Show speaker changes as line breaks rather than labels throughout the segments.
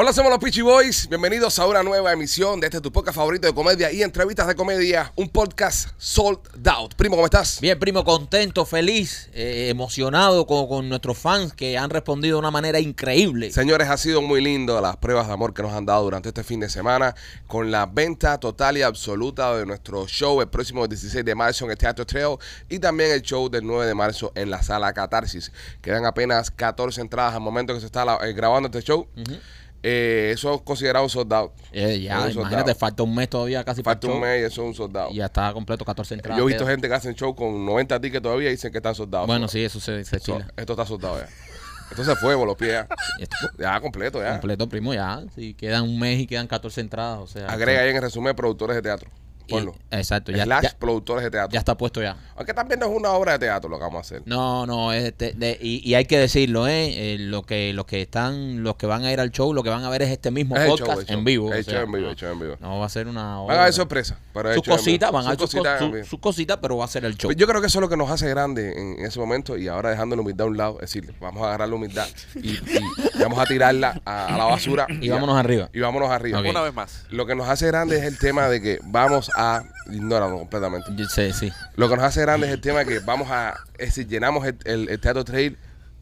Hola, somos los Peachy Boys. Bienvenidos a una nueva emisión de este tu podcast favorito de comedia y entrevistas de comedia, un podcast sold out. Primo, ¿cómo estás?
Bien, primo, contento, feliz, eh, emocionado con, con nuestros fans que han respondido de una manera increíble.
Señores, ha sido muy lindo las pruebas de amor que nos han dado durante este fin de semana con la venta total y absoluta de nuestro show el próximo 16 de marzo en el Teatro Trail y también el show del 9 de marzo en la Sala Catarsis. Quedan apenas 14 entradas al momento que se está la- eh, grabando este show. Eh, eso es considerado soldado.
Eh, ya,
Un soldado.
imagínate, falta un mes todavía casi para
Falta un
el show,
mes y eso es un soldado.
Y ya está completo 14 entradas.
Yo he visto
quedan.
gente que hacen show con 90 tickets todavía y dicen que están soldados.
Bueno,
So-
sí, eso se, se
so-
estila.
esto está soldado ya. Esto se fue, los pies.
Y esto
Ya completo, ya.
completo, primo, ya. Si quedan un mes y quedan 14 entradas, o sea.
Agrega ahí en el resumen productores de teatro.
y-
Ponlo.
Exacto, ya,
Slash
ya,
productores de teatro.
ya está puesto ya.
Aunque también no es una obra de teatro lo que vamos a hacer.
No, no, es este- de- y, y hay que decirlo, ¿eh? Eh, lo que, los que están, los que van a ir al show, lo que van a ver es este mismo
Es el
podcast
show, el show.
en vivo.
El
o sea,
show en vivo,
no,
el show en vivo.
no va a ser una.
Van a haber
obra.
sorpresas. pero el
sus
show en vivo.
cositas, van a
Sus
haber sus
cositas
cos-
en
su-
vivo.
sus cositas, pero va a ser el show.
Pues Yo creo que eso es lo que nos hace grande en ese momento y ahora dejando la humildad a un lado, es decir, vamos a agarrar la humildad y, y vamos a tirarla a, a la basura.
Y vámonos arriba.
Y vámonos arriba.
Ok.
Una vez más.
Lo que nos hace grande es el tema de que vamos a ignorarlo completamente.
Yo sé, sí.
Lo que nos hace grande es el tema de que vamos a, es decir, llenamos el, el- el teatro trail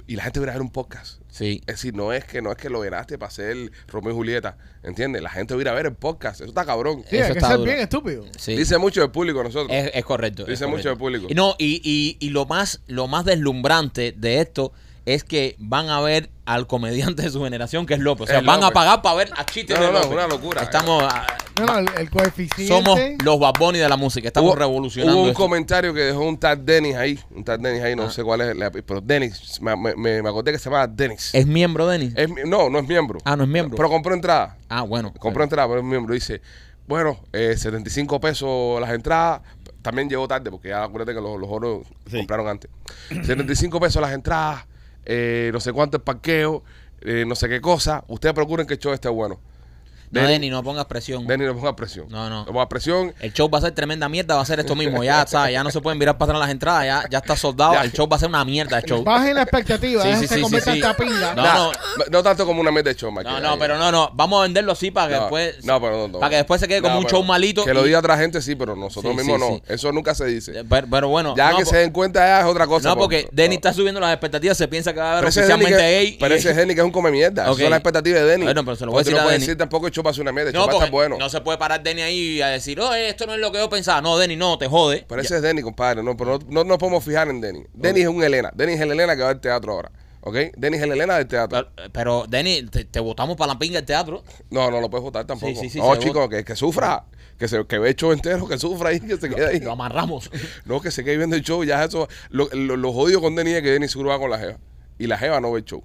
y la gente viene a ver un podcast.
Sí.
Es decir, no es que no es que lo llenaste para hacer Romeo y Julieta, ¿entiendes? La gente va a ir a ver el podcast, eso está cabrón.
Sí,
Eso
hay que
está
ser
duro.
bien estúpido.
Sí. Eh,
Dice mucho del público nosotros.
es, es correcto. es
Dice
correcto.
mucho del público.
Y No, y, y, y lo más, lo más deslumbrante de esto es que van a ver al comediante de su generación, que es López. O sea,
Es
van
López.
a pagar para ver a Chiste
No,
de
no, no,
López.
una locura.
Estamos, ah,
No, no, el, el coeficiente.
somos los Bad Bunny de la música. Estamos
Hubo-
revolucionando
Hubo un
esto. Ah.
comentario que dejó un tal Dennis ahí. Un tal Dennis ahí, no sé cuál es. la- pero Dennis, me, me- me- me acordé que se llama Dennis.
¿Es miembro, Denis?
Es mi- no, no es miembro.
Eh. Ah, ¿no es miembro?
Pero compró entrada.
ah, bueno.
Compró entrada, pero es miembro. Dice, bueno, eh, 75 pesos las entradas. También llegó tarde, porque ya acuérdate que los, los oros compraron antes. 75 pesos las entradas, eh, no sé cuánto el parqueo, eh, no sé qué cosa. Ustedes procuren que el show esté bueno.
No,
Dennis-
Denis, no pongas presión.
Dennis, no ponga presión.
Mm. No, no.
No ponga presión.
El show va a ser tremenda mierda, va a ser esto mismo, ya ¿sabes? ya no se pueden virar para atrás las entradas, ya, ya está soldado,
Ya.
el show va a ser una mierda el show.
Bajen la expectativa,
Sí, sí,
déjense
sí,
comer
sí, sí.
tanta pinga.
No,
Nah,
no.
no. tanto como una meta de show, Michael.
No, no, pero no, no, vamos a venderlo así para que
No,
después
no, pero no, no.
para que después se quede como
No,
un
pero
show malito.
Que lo
y-
diga otra gente, sí, pero nosotros
Sí,
mismos
sí,
no.
sí.
Eso nunca se dice.
pero, pero bueno,
Ya
no,
que
po-
se den cuenta ya es otra cosa.
no, porque
pero-
Denny
no.
está subiendo las expectativas, se piensa que va a haber
Pero ese Denny
oficialmente
que-
gay.
Pero ese Denny que es un come mierda. Esas
Ok.
son las expectativas de Denny.
Bueno, pero se lo voy a
Porque tú
decir
no
a
puedes
Denny.
decir tampoco chupa hace una mierda.
no,
chupa está
porque
bueno.
no se puede parar Denny ahí a decir, oye, esto no es lo que yo pensaba. No, Denny, no, te jode.
Pero ese es Denny, compadre. No, pero no, no nos podemos fijar en Denny. Denny es un Elena. Denny es el Elena que va al teatro ahora. ¿Ok? Denny es el Elena del teatro.
Pero, pero, Denny, te, te botamos para la pinga el teatro.
No, no lo puedes votar tampoco.
Sí, sí, sí,
no,
se
chicos, que, que sufra. Que, se, que ve el show entero, que sufra ahí, que se quede ahí.
Lo amarramos.
No, que se quede viendo el show. Ya eso. Lo, lo, lo jodido con Denny es que Denny seguro va con la Jeva. Y la Jeva no ve el show.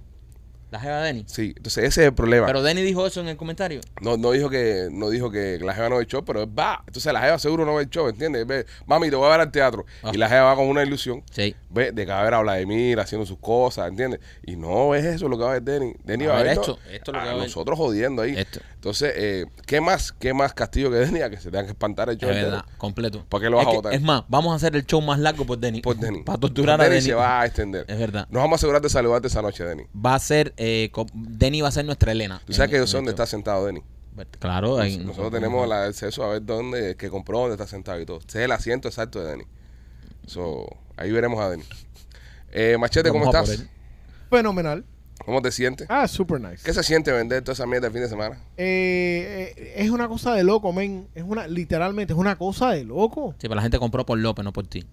La jeva de Denny.
Sí, entonces ese es el problema.
Pero Denny dijo eso en el comentario.
no, no dijo que no dijo que la Jeva no ve el show, pero va. Entonces la Jeva seguro no ve el show, ¿entiendes? Ve, Mami, te voy a ver al teatro.
Ah.
Y la Jeva va con una ilusión.
Sí.
Ve, de que va a ver a Vladimir haciendo sus cosas, ¿entiendes? Y no es eso lo que va a ver Denny. Denny
A
va a
ver
ver Ah,
Ah, esto, esto es lo que va a ver.
nosotros jodiendo ahí.
Esto.
Entonces, eh, ¿qué más? ¿Qué más castigo que Denny a que se tengan que espantar el
Es
show? entero?
verdad, completo.
¿Por qué lo vas
es
a
que-
votar?
Es más, vamos a hacer el show más largo por Denny.
Por Denny.
Para torturar
Denny
a Denny.
se va a extender.
Es verdad.
Nos vamos a asegurar de saludarte esa noche, Denny.
Va a ser, eh, co- Denny va a ser nuestra Elena.
Tú sabes
En-
que yo
en
sé dónde
el show.
está sentado Denny.
Claro, ahí-
Nosotros tenemos la- el acceso a ver dónde, que compró, dónde está sentado y todo. Este es el asiento exacto de Denny. So, ahí veremos a Denny. Eh, Machete, ¿cómo
Vamos a
estás?
por él.
Fenomenal.
¿Cómo te sientes?
Ah, super nice.
¿Qué se siente vender toda esa mierda el fin de semana?
Eh, eh, es una cosa de loco, men. Es una, literalmente, es una cosa de loco.
Sí, pero la gente compró por López, no por ti.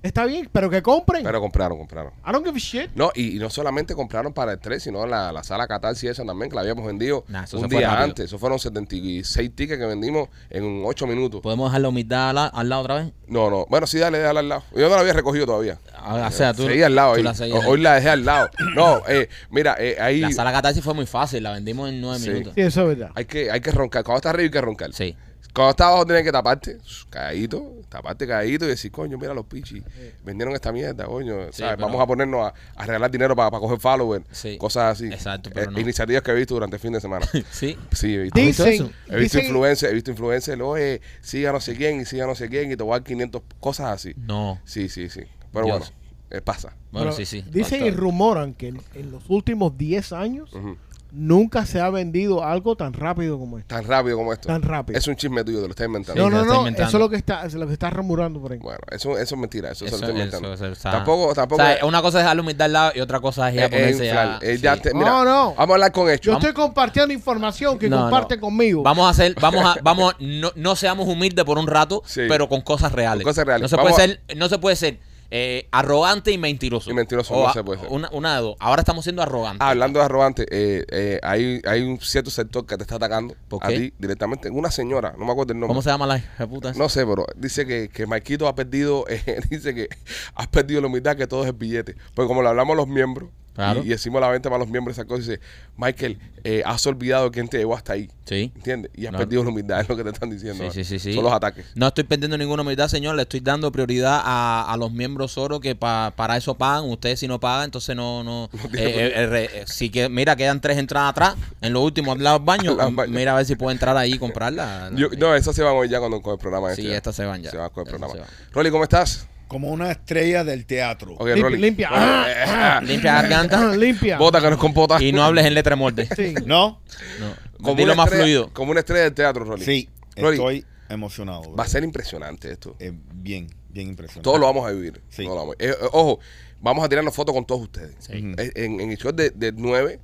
Está bien, pero que compren.
Pero compraron, compraron.
I don't give a shit.
No, y, y no solamente compraron para el 3, sino la, la sala catarsis esa también, que la habíamos vendido
Nah, eso
un
se fue
día
rápido.
antes. Eso fueron 76 tickets que vendimos en 8 minutos.
¿Podemos dejar la humildad al, la- al lado otra vez?
No, no. Bueno, sí, dale, dale al lado. Yo no la había recogido todavía.
Ah, O sea, tú.
seguí al lado
tú
ahí.
la seguías
Hoy
ahí.
la dejé al lado. No, eh, mira, eh, ahí...
La sala catarsis fue muy fácil, la vendimos en nueve
Sí.
minutos.
Sí, eso es verdad.
Hay que, hay que roncar. Cuando estás arriba hay que roncar.
Sí.
Cuando estás abajo tienes que taparte, calladito, taparte calladito y decir, coño, mira los pichis, vendieron esta mierda, coño,
Sí,
¿sabes?
pero-
Vamos a ponernos a, a regalar dinero para, coger followers,
Sí.
cosas así.
Exacto, pero
Eh,
no.
Iniciativas que he visto durante el fin de semana.
Sí.
sí, he visto.
visto
Dicen,
eso?
He visto
dicen-
influencers, he visto influencers, oye, siga no sé quién y siga no sé quién y te voy a dar 500 cosas así.
No.
Sí, sí, sí. Pero
Dios.
bueno, eh, pasa.
Bueno,
pero
sí, sí.
Dicen y
Bastante.
rumoran que en, en los últimos 10 años
Ujú.
nunca se ha vendido algo tan rápido como esto.
Tan rápido como esto.
Tan rápido.
Es un chisme tuyo, te lo estás inventando.
no,
Sí, lo
no,
está
no. Eso
inventando.
es lo que está, es lo que está rumorando por ahí.
Bueno, eso, eso es mentira. Eso, se
Eso-
lo estoy
eso-
inventando.
eso está-
Tampoco, tampoco.
O sea, una cosa es dejar la humildad al lado y otra cosa es ya
eh,
ponerse
eh,
ya.
inflar. Eh, ya
sí.
te- mira,
No, no.
Vamos a hablar con
Yo
hechos.
estoy compartiendo información que
No,
comparte
no.
conmigo.
Vamos a hacer, vamos a, vamos, a- no, no seamos humildes por un rato,
Sí.
pero con cosas reales.
Con cosas reales.
No se
Vamos
puede
a-
ser, no se puede ser eh, arrogante y mentiroso.
Y mentiroso,
O
no
a-
se puede ser.
Una, una de dos. Ahora estamos siendo arrogantes.
Ah, hablando de arrogante, eh, eh, hay, hay un cierto sector que te está atacando
¿Por
a
qué?
ti directamente. Una señora, no me acuerdo el nombre.
¿Cómo se llama la hija puta? esa?
No sé, pero dice que, que Marquito ha perdido, eh, dice que has perdido la humildad que todo es el billete. Pues como le hablamos a los miembros
Claro.
y, y hicimos la venta para los miembros, esa cosa, dice, Michael, eh, has olvidado quién te llevó hasta ahí.
Sí.
¿Entiendes? Y has
No.
perdido la humildad, es lo que te están diciendo.
Sí, sí, sí, sí.
Son los ataques.
No estoy perdiendo ninguna humildad, señor. Le estoy dando prioridad a, a los miembros oro que pa- para eso pagan. Ustedes si no pagan, entonces no... no eh, eh, eh, re- eh, sí que, mira, quedan tres entradas atrás. En lo último, al lado del baño.
Al lado del baño.
Mira a ver si puedo entrar ahí y comprarla.
Yo- no, esas se van hoy ya cuando con el programa.
Sí,
este ya.
estas se van ya.
Se van con el
Estas
programa.
se van.
Rolly, ¿cómo estás?
Como una estrella del teatro.
Ok,
Limpi-
Rolly.
limpia.
Rolly,
Ah,
eh,
Limpia la garganta
Ah, limpia.
Bota que no es compota.
y no hables en letra molde.
Sí.
¿No?
No.
Como
Dilo
una
más
estrella-
fluido.
Como una estrella del teatro, Rolly.
Sí,
Rolly.
estoy emocionado. bro.
Va a ser impresionante esto.
Eh, bien, bien impresionante.
Todos lo vamos a vivir.
Sí.
Todos lo vamos a- eh, eh, ojo, vamos a tirarnos fotos con todos ustedes.
Sí.
Eh, En, en el show de- del 9,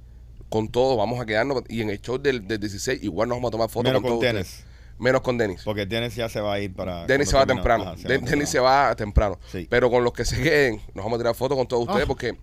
con todos vamos a quedarnos. Y en el show del, del 16, igual nos vamos a tomar fotos
Menos
con
con
todos
Dennis.
ustedes. Menos con Dennis.
Porque Dennis ya se va a ir para...
Dennis se va
cuando termina.
temprano.
Ajá,
Den- Dennis se va temprano.
Sí.
Pero con los que se queden, nos vamos a tirar fotos con todos ustedes
Ah.
porque.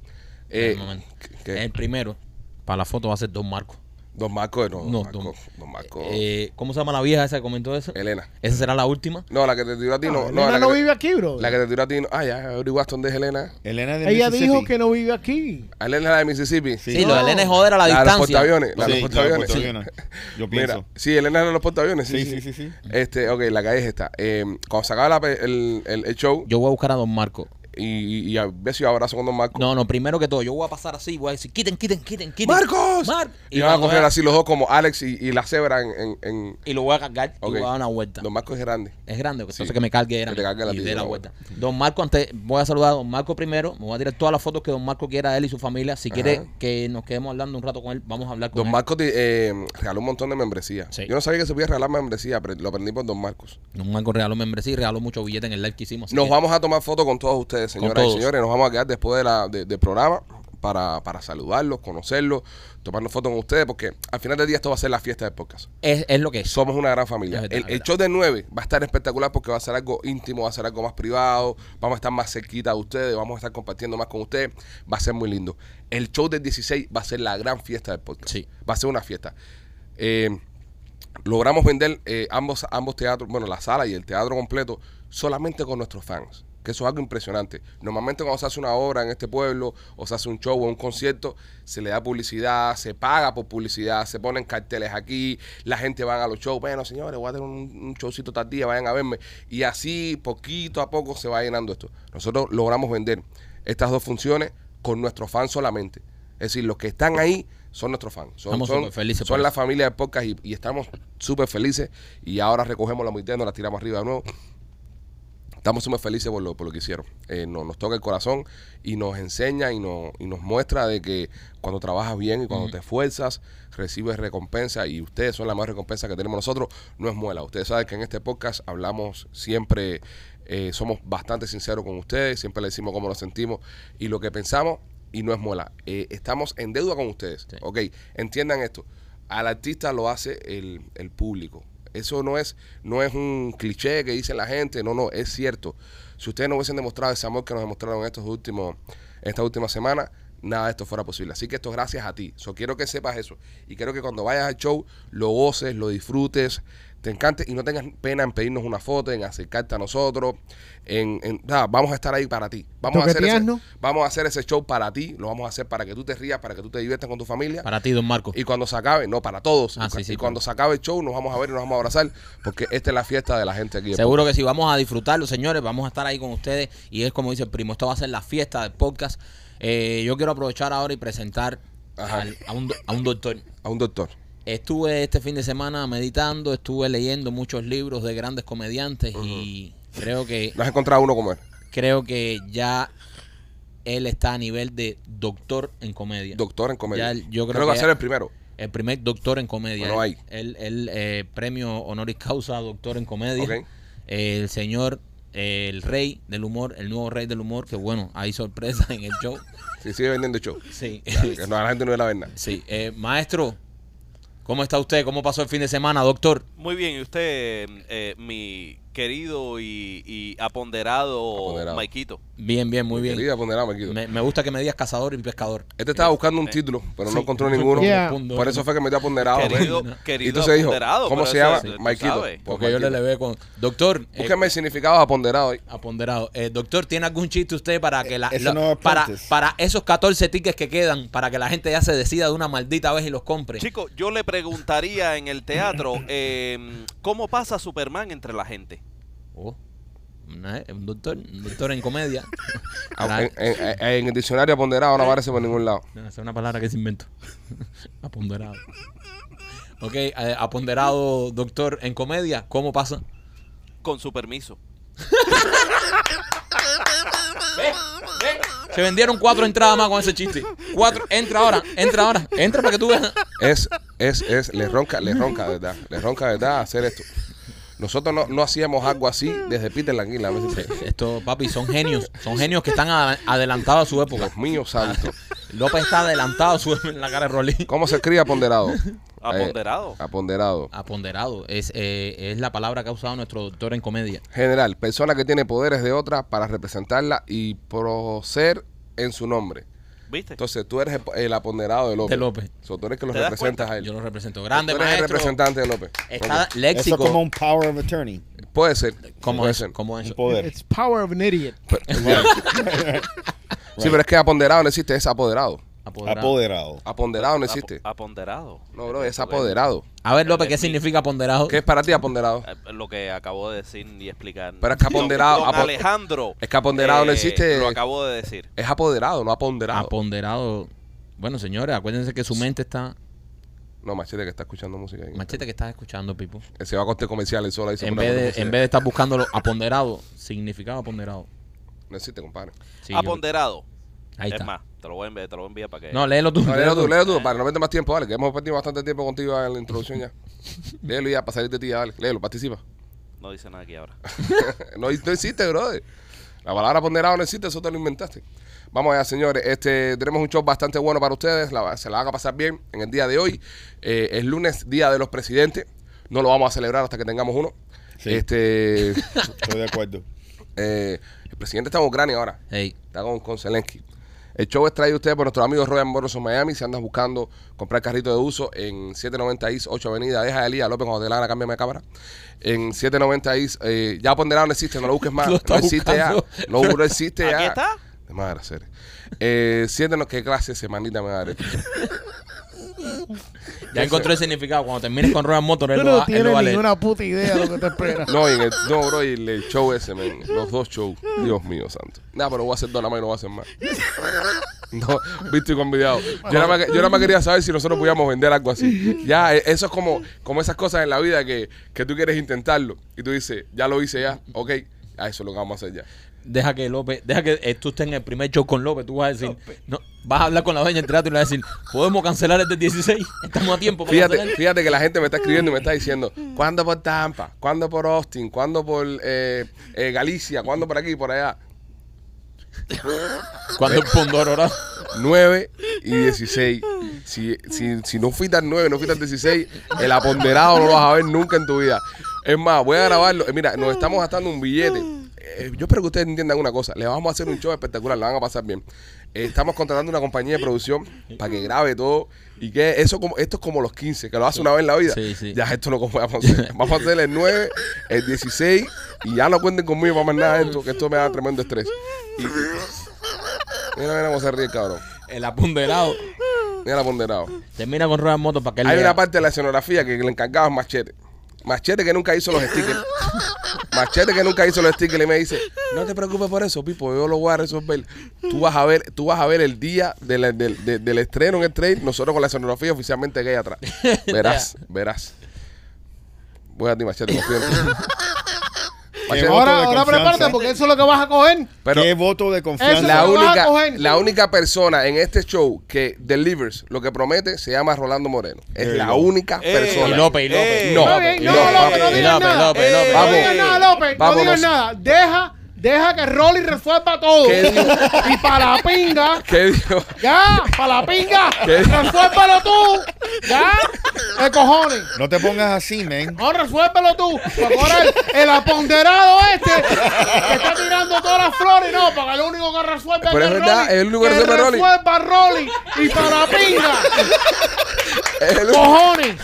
eh,
Un momento. Eh,
que- que-
El primero, para la foto, va a ser Don Marco.
don Marco, no, don
No,
Marco.
don-
don Marco.
Eh, ¿Cómo se llama la vieja esa que comentó eso?
Elena.
¿Esa será la última?
No, la que te tiró a ti no.
No,
no,
Elena
la,
no
que, te-
vive aquí, bro.
la que te tiró a ti no. Ah, ya averiguaste dónde es Elena. Ah,
Elena de
Ella dijo que no vive aquí.
Elena es la de Mississippi.
Sí.
Sí, lo de
No.
Elena es joder a la
de los
distancia.
portaaviones. La de
Sí,
los
claro,
portaaviones.
portaaviones. Yo pienso.
Mira, sí, Elena era de los portaaviones. Sí,
Sí,
sí,
sí, sí, sí.
Este, ok, la calle es esta. Eh, cuando se acaba la pe- el, el- el show
Yo voy a buscar a Don Marco.
y, y a beso y abrazo con Don Marco.
No, no, primero que todo, yo voy a pasar así, voy a decir, quiten, quiten, quiten, quiten.
¡Marcos!
Mar-
Y, van a
cuando
coger
vea-
así los dos como Alex y, y la cebra en. en, en-
Y lo voy a cargar
ok.
y voy a dar una vuelta.
Don Marco es grande.
Es grande, entonces
Sí.
que me cargue era
Que te cargue la
y
tía,
dé la
la
vuelta. Don Marco, antes voy a saludar a Don Marco primero. Me voy a tirar todas las fotos que Don Marco quiera de él y su familia. Si quiere que nos quedemos hablando un rato con él, vamos a hablar con
Don
él.
Marco te, eh, regaló un montón de membresía.
Sí.
Yo no sabía que se podía regalar membresía, pero lo aprendí por Don Marcos.
Don Marco regaló membresía y regaló mucho billete en el live que hicimos. así
Nos
que-
vamos a tomar fotos con todos ustedes,
Con
señoras y
todos.
señores. Nos vamos a quedar después de la, de- del programa para, para saludarlos, conocerlos, tomarnos fotos con ustedes, porque al final del día esto va a ser la fiesta del podcast.
Es, es lo que es.
Somos una gran familia.
Es verdad,
el,
es
el
verdad.
show de 9 va a estar espectacular porque va a ser algo íntimo, va a ser algo más privado, vamos a estar más cerquita de ustedes, vamos a estar compartiendo más con ustedes, va a ser muy lindo. El show del 16 va a ser la gran fiesta del podcast.
Sí.
Va a ser una fiesta. Eh, logramos vender eh, ambos, ambos teatros, bueno, la sala y el teatro completo, solamente con nuestros fans. Que eso es algo impresionante. Normalmente cuando se hace una obra en este pueblo, o se hace un show o un concierto, se le da publicidad, se paga por publicidad, se ponen carteles aquí, la gente va a los shows, bueno señores, voy a tener un, un showcito tal día, vayan a verme. Y así, poquito a poco, se va llenando esto. Nosotros logramos vender estas dos funciones con nuestros fans solamente. Es decir, los que están ahí son nuestros fans. Son,
Estamos
son-
superfelices
son
por
la
eso.
familia de podcast y, y estamos súper felices. Y ahora recogemos la mitad, nos la tiramos arriba de nuevo. Estamos súper felices por lo, por lo que hicieron. Eh, no- nos toca el corazón y nos enseña y, no- y nos muestra de que cuando trabajas bien y cuando te esfuerzas, recibes recompensa y ustedes son la más recompensa que tenemos nosotros. No es muela. Ustedes saben que en este podcast hablamos siempre, eh, somos bastante sinceros con ustedes, siempre les decimos cómo nos sentimos y lo que pensamos y no es muela. Eh, estamos en deuda con ustedes.
Sí.
Ok, entiendan esto. Al artista lo hace el, el público. Eso no es, no es un cliché que dice la gente, no, no, es cierto. Si ustedes no hubiesen demostrado ese amor que nos demostraron estos últimos, esta última semana, nada de esto fuera posible. Así que esto es gracias a ti. So, quiero que sepas eso. Y quiero que cuando vayas al show lo goces, lo disfrutes, te encante y no tengas pena en pedirnos una foto, en acercarte a nosotros. En, en- nada, vamos a estar ahí para ti. Vamos a, hacer ese,
Toquetearnos.
vamos a hacer ese show para ti. Lo vamos a hacer para que tú te rías, para que tú te diviertas con tu familia.
Para ti, don Marco.
Y cuando se acabe, no para todos.
Ah,
y, cu-
sí, sí,
y cuando se acabe el show, nos vamos a ver y nos vamos a abrazar. Porque esta es la fiesta de la gente aquí.
Seguro que sí, vamos a disfrutarlo, señores. Vamos a estar ahí con ustedes. Y es como dice el primo, esto va a ser la fiesta del podcast. Eh, yo quiero aprovechar ahora y presentar
Ajá.
al- a, un, do- a un doctor.
A un doctor.
Estuve este fin de semana meditando, estuve leyendo muchos libros de grandes comediantes y creo que,
¿No has encontrado uno como él?
creo que ya él está a nivel de doctor en comedia.
Doctor en comedia.
Ya él- yo creo
que va a
que-
ser el primero.
El primer doctor en comedia.
Bueno,
Él-
ahí.
Él, él, eh, premio honoris causa doctor en comedia.
Ok.
Eh, el señor, eh, el rey del humor, el nuevo rey del humor, que bueno, hay sorpresa en el show.
Sí, sigue vendiendo show.
Sí.
Que no, a la gente no es la verdad.
sí. Eh, maestro, ¿cómo está usted? ¿Cómo pasó el fin de semana, doctor?
Muy bien, y usted, eh, mi querido y, y aponderado,
Aponderado.
Maikito.
Bien, bien, muy bien.
Querida, ponderá, Marquito.
Me, me gusta que me digas cazador y pescador.
Este estaba buscando un título, pero no
Sí.
encontró ninguno.
Yeah.
Por eso fue que me dio ponderado.
Querido,
¿ves?
querido
y entonces dijo,
aponderado,
¿cómo
pero
se
eso
llama?
es- tú
Maikito.
sabes.
Pues
Porque yo le
Maikito.
levé con... Doctor, eh,
Búscame el significado aponderado ahí.
aponderado. Eh, doctor, ¿tiene algún chiste usted para que la,
Eh, eso
la-
no es
para,
practice.
para esos 14 tickets que quedan, para que la gente ya se decida de una maldita vez y los compre?
Chico, yo le preguntaría en el teatro, eh, ¿cómo pasa Superman entre la gente?
Oh, una- eh, un doctor, un doctor en comedia.
Ah, En, en- en el diccionario aponderado no aparece por ningún lado.
No, esa es una palabra que se inventó. Aponderado. Ok, eh, aponderado doctor en comedia, ¿cómo pasa?
Con su permiso.
Se vendieron cuatro entradas más con ese chiste. Cuatro, entra ahora, entra ahora, entra para que tú veas.
Es, es, es, le ronca, le ronca, de verdad. Le ronca, de verdad, hacer esto. Nosotros no, no hacíamos algo así desde Peter Languila. a veces.
Esto, papi, son genios. Son genios que están a- adelantados a su época.
Dios mío santo.
López está adelantado a su en la cara de Rolín.
¿Cómo se escribe aponderado?
Aponderado.
Eh, aponderado.
Aponderado. Es, eh, es la palabra que ha usado nuestro doctor en comedia.
General, persona que tiene poderes de otra para representarla y proceder en su nombre.
¿Viste?
Entonces tú eres el, el aponderado de López.
De López.
So, tú eres que lo
¿Te das
representas a él.
Yo lo represento. Grande,
tú eres el
maestro.
representante de López.
Está
Eso
léxico.
es como un power of attorney.
Ok. Puede ser.
¿Cómo
puede
es?
ser.
¿Cómo es?
Un poder.
It's power of an idiot.
Pero- Sí, pero es que aponderado no existe, es apoderado.
Apoderado.
Aponderado no
Apo-
existe.
Ah,
aponderado.
No, bro, es apoderado.
A ver, López, ¿qué significa aponderado?
¿Qué es para ti aponderado?
Eh, Lo que acabo de decir y explicar.
Pero es que aponderado-
Don- don
apo-
Alejandro. eh,
es que aponderado no existe.
Lo acabo de decir.
Es apoderado, no aponderado.
Aponderado. Bueno, señores, acuérdense que su mente está.
no, Machete que está escuchando música. ahí.
Machete que estás escuchando, Pipo.
Él Se va a corte comercial él solo. ahí se
En
pone a
vez,
poner
de, en
música.
vez de estar buscando lo aponderado, significado aponderado.
No existe, compadre.
Sí, yo-
aponderado.
Ahí
es
está.
más, te lo voy a enviar, te lo voy a enviar para que.
No, léelo tú.
No, léelo tú, léelo tú, para no perder más tiempo, dale, que hemos perdido bastante tiempo contigo en la introducción ya. Léelo ya, para salir de ti, ya, dale. Léelo, participa.
no dice nada aquí ahora.
no, no existe, brother. La palabra ponderado no existe, eso te lo inventaste. Vamos allá, señores. Este, tenemos un show bastante bueno para ustedes. la- se la van a pasar bien en el día de hoy. Eh, es lunes, día de los presidentes. No lo vamos a celebrar hasta que tengamos uno.
Sí.
Este,
Estoy de acuerdo.
eh, el presidente está en Ucrania ahora.
Ey,
Está con, con Zelensky. El show es traído a ustedes por nuestros amigos Royal Boroso Miami. Si andas buscando comprar carrito de uso en 790 East 8 Avenida, deja a Elías López cuando te la gana, cámbiame de cámara. En 790 East, eh, ya ponderado no existe, no lo busques más.
Lo
no
está
existe
buscando.
ya. No, no existe ya.
Aquí está.
De madre, serio. Eh, siéntenos qué clase de semanita me daré.
ya encontré el significado. Cuando termines con Royal Motor, él
Tú
lo
no
va- él lo va a
tienes
leer.
ninguna puta idea de lo que te espera.
No, y en el, no, bro, y el, el show ese, men, los dos shows. Dios mío, santo. Nada, pero voy a hacer dos nada más y no voy a hacer más. No, visto y convidado. Yo nada, más, que- yo nada más quería saber si nosotros podíamos vender algo así. Ya, eh, eso es como, como esas cosas en la vida que, que tú quieres intentarlo y tú dices, ya lo hice ya, ok, ah, eso es lo que vamos a hacer ya.
Deja que López, deja que eh, tú estés en el primer show con López. Tú vas a decir, no, vas a hablar con la dueña del teatro y le vas a decir, podemos cancelar el del 16. Estamos a tiempo para
Fíjate,
cancelar.
fíjate que la gente me está escribiendo y me está diciendo, ¿cuándo por Tampa? ¿Cuándo por Austin? ¿Cuándo por eh, eh, Galicia? ¿Cuándo por aquí y por allá?
Cuando el Pondoro, ¿verdad?
9 y 16. Si, si, si no fuiste al 9, no fuiste al 16, el aponderado no lo vas a ver nunca en tu vida. Es más, voy a grabarlo. Eh, Mira, nos estamos gastando un billete. Eh, yo espero que ustedes entiendan una cosa. Le vamos a hacer un show espectacular, la van a pasar bien. Eh, estamos contratando una compañía de producción para que grabe todo. Y que eso como, esto es como los 15, que lo hace una vez en la vida.
Sí, sí.
Ya esto lo vamos a hacer. Vamos a hacer el 9, el 16 y ya no cuenten conmigo para más nada de esto, que esto me da tremendo estrés. Y- mira, mira cómo se ríe el cabrón.
El apunderado
Mira la ponderado.
termina con ruedas en moto para que él
Hay
le-
una parte de la escenografía que le encargaba es Machete. Machete que nunca hizo los stickers. Machete que nunca hizo los stickers y me dice, no te preocupes por eso, Pipo, yo lo voy a resolver. Tú vas a ver, tú vas a ver el día de la- del, de- del estreno en el trade, nosotros con la escenografía oficialmente gay atrás. Verás, verás. Voy a ti, Machete, confío en ti. Machete,
voto de
Ahora, ahora
confianza.
prepárate porque eso es lo que vas a coger.
pero
¿Qué voto de confianza?
Eso
la
se lo vas a
única,
coger.
la única persona en este show que delivers lo que promete se llama Rolando Moreno. Es
There you
la
go.
única
Eh,
persona.
Y López, y López.
No.
Está
López,
bien, No,
López,
López, no
López,
digas nada.
López, López.
Eh.
No
Vamos.
digas nada, López. No
Vámonos.
digas nada. Deja, deja que Rolly resuelva todo.
¿Qué dijo?
Y para la pinga.
¿Qué dijo?
Ya, para la pinga. Resuélvelo tú. Ya. De cojones.
No te pongas así, man.
Ahora resuélvelo tú. Porque ahora el, el aponderado este que está tirando todas las flores. No, porque el único que resuelve
Pero es
aquí
verdad,
Rolly.
es el único que resuelve Rolly.
resuelva Rolly. Y para la pinga.
Es el,
Cojones.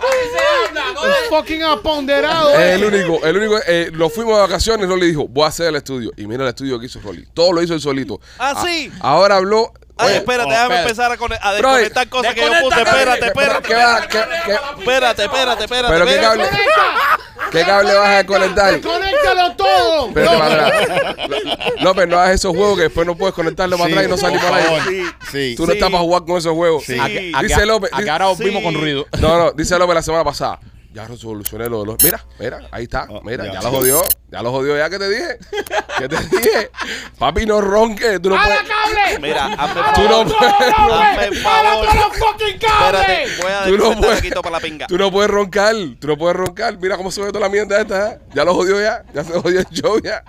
Un fucking aponderado.
es
este.
el único, el único. eh, lo fuimos de vacaciones, Rolly dijo, voy a hacer el estudio. Y mira el estudio que hizo Rolly. Todo lo hizo él solito.
Ah,
A-
sí.
ahora habló.
Ay,
oye,
espérate,
oh,
déjame
espérate.
empezar a, cone- a
Brother,
desconectar cosas que yo puse.
desconecta,
Espérate,
pero
espérate.
¿qué, va- qué- qué-
Espérate, espérate, espérate.
Pero qué
espérate.
cable, qué cable vas a desconectar?
Desconéctalo todo.
Espérate para atrás. Lo- López, no hagas esos juegos que después no puedes conectarlo para
Sí,
atrás y no salir
por
para
favor.
aire.
Sí.
Sí.
Tú no
Sí.
estás para jugar con esos juegos.
Sí.
A que- a que-
Dice López,
a que ahora os
sí.
vimos con ruido.
No, no, dice López la semana pasada. Ya resolucioné lo de los. Mira, mira, ahí está.
Oh,
Mira, ya,
ya.
lo jodió. Ya lo jodió, ya que te dije. ¿Qué te dije? Papi, no ronque. Tú no
¡A
puedes.
la cable!
Mira, hazme
¡A la
Tú no
otra,
puedes.
López!
Hazme el
¡A la
favor.
otra, los fucking
Espérate,
cables!
voy a
Tú no,
desconectar
puedes,
aquí todo para la pinga.
tú no puedes roncar, tú no puedes roncar. Mira cómo se ve toda la mierda esta. ¿eh? Ya lo jodió ya, ya se jodió el show ya.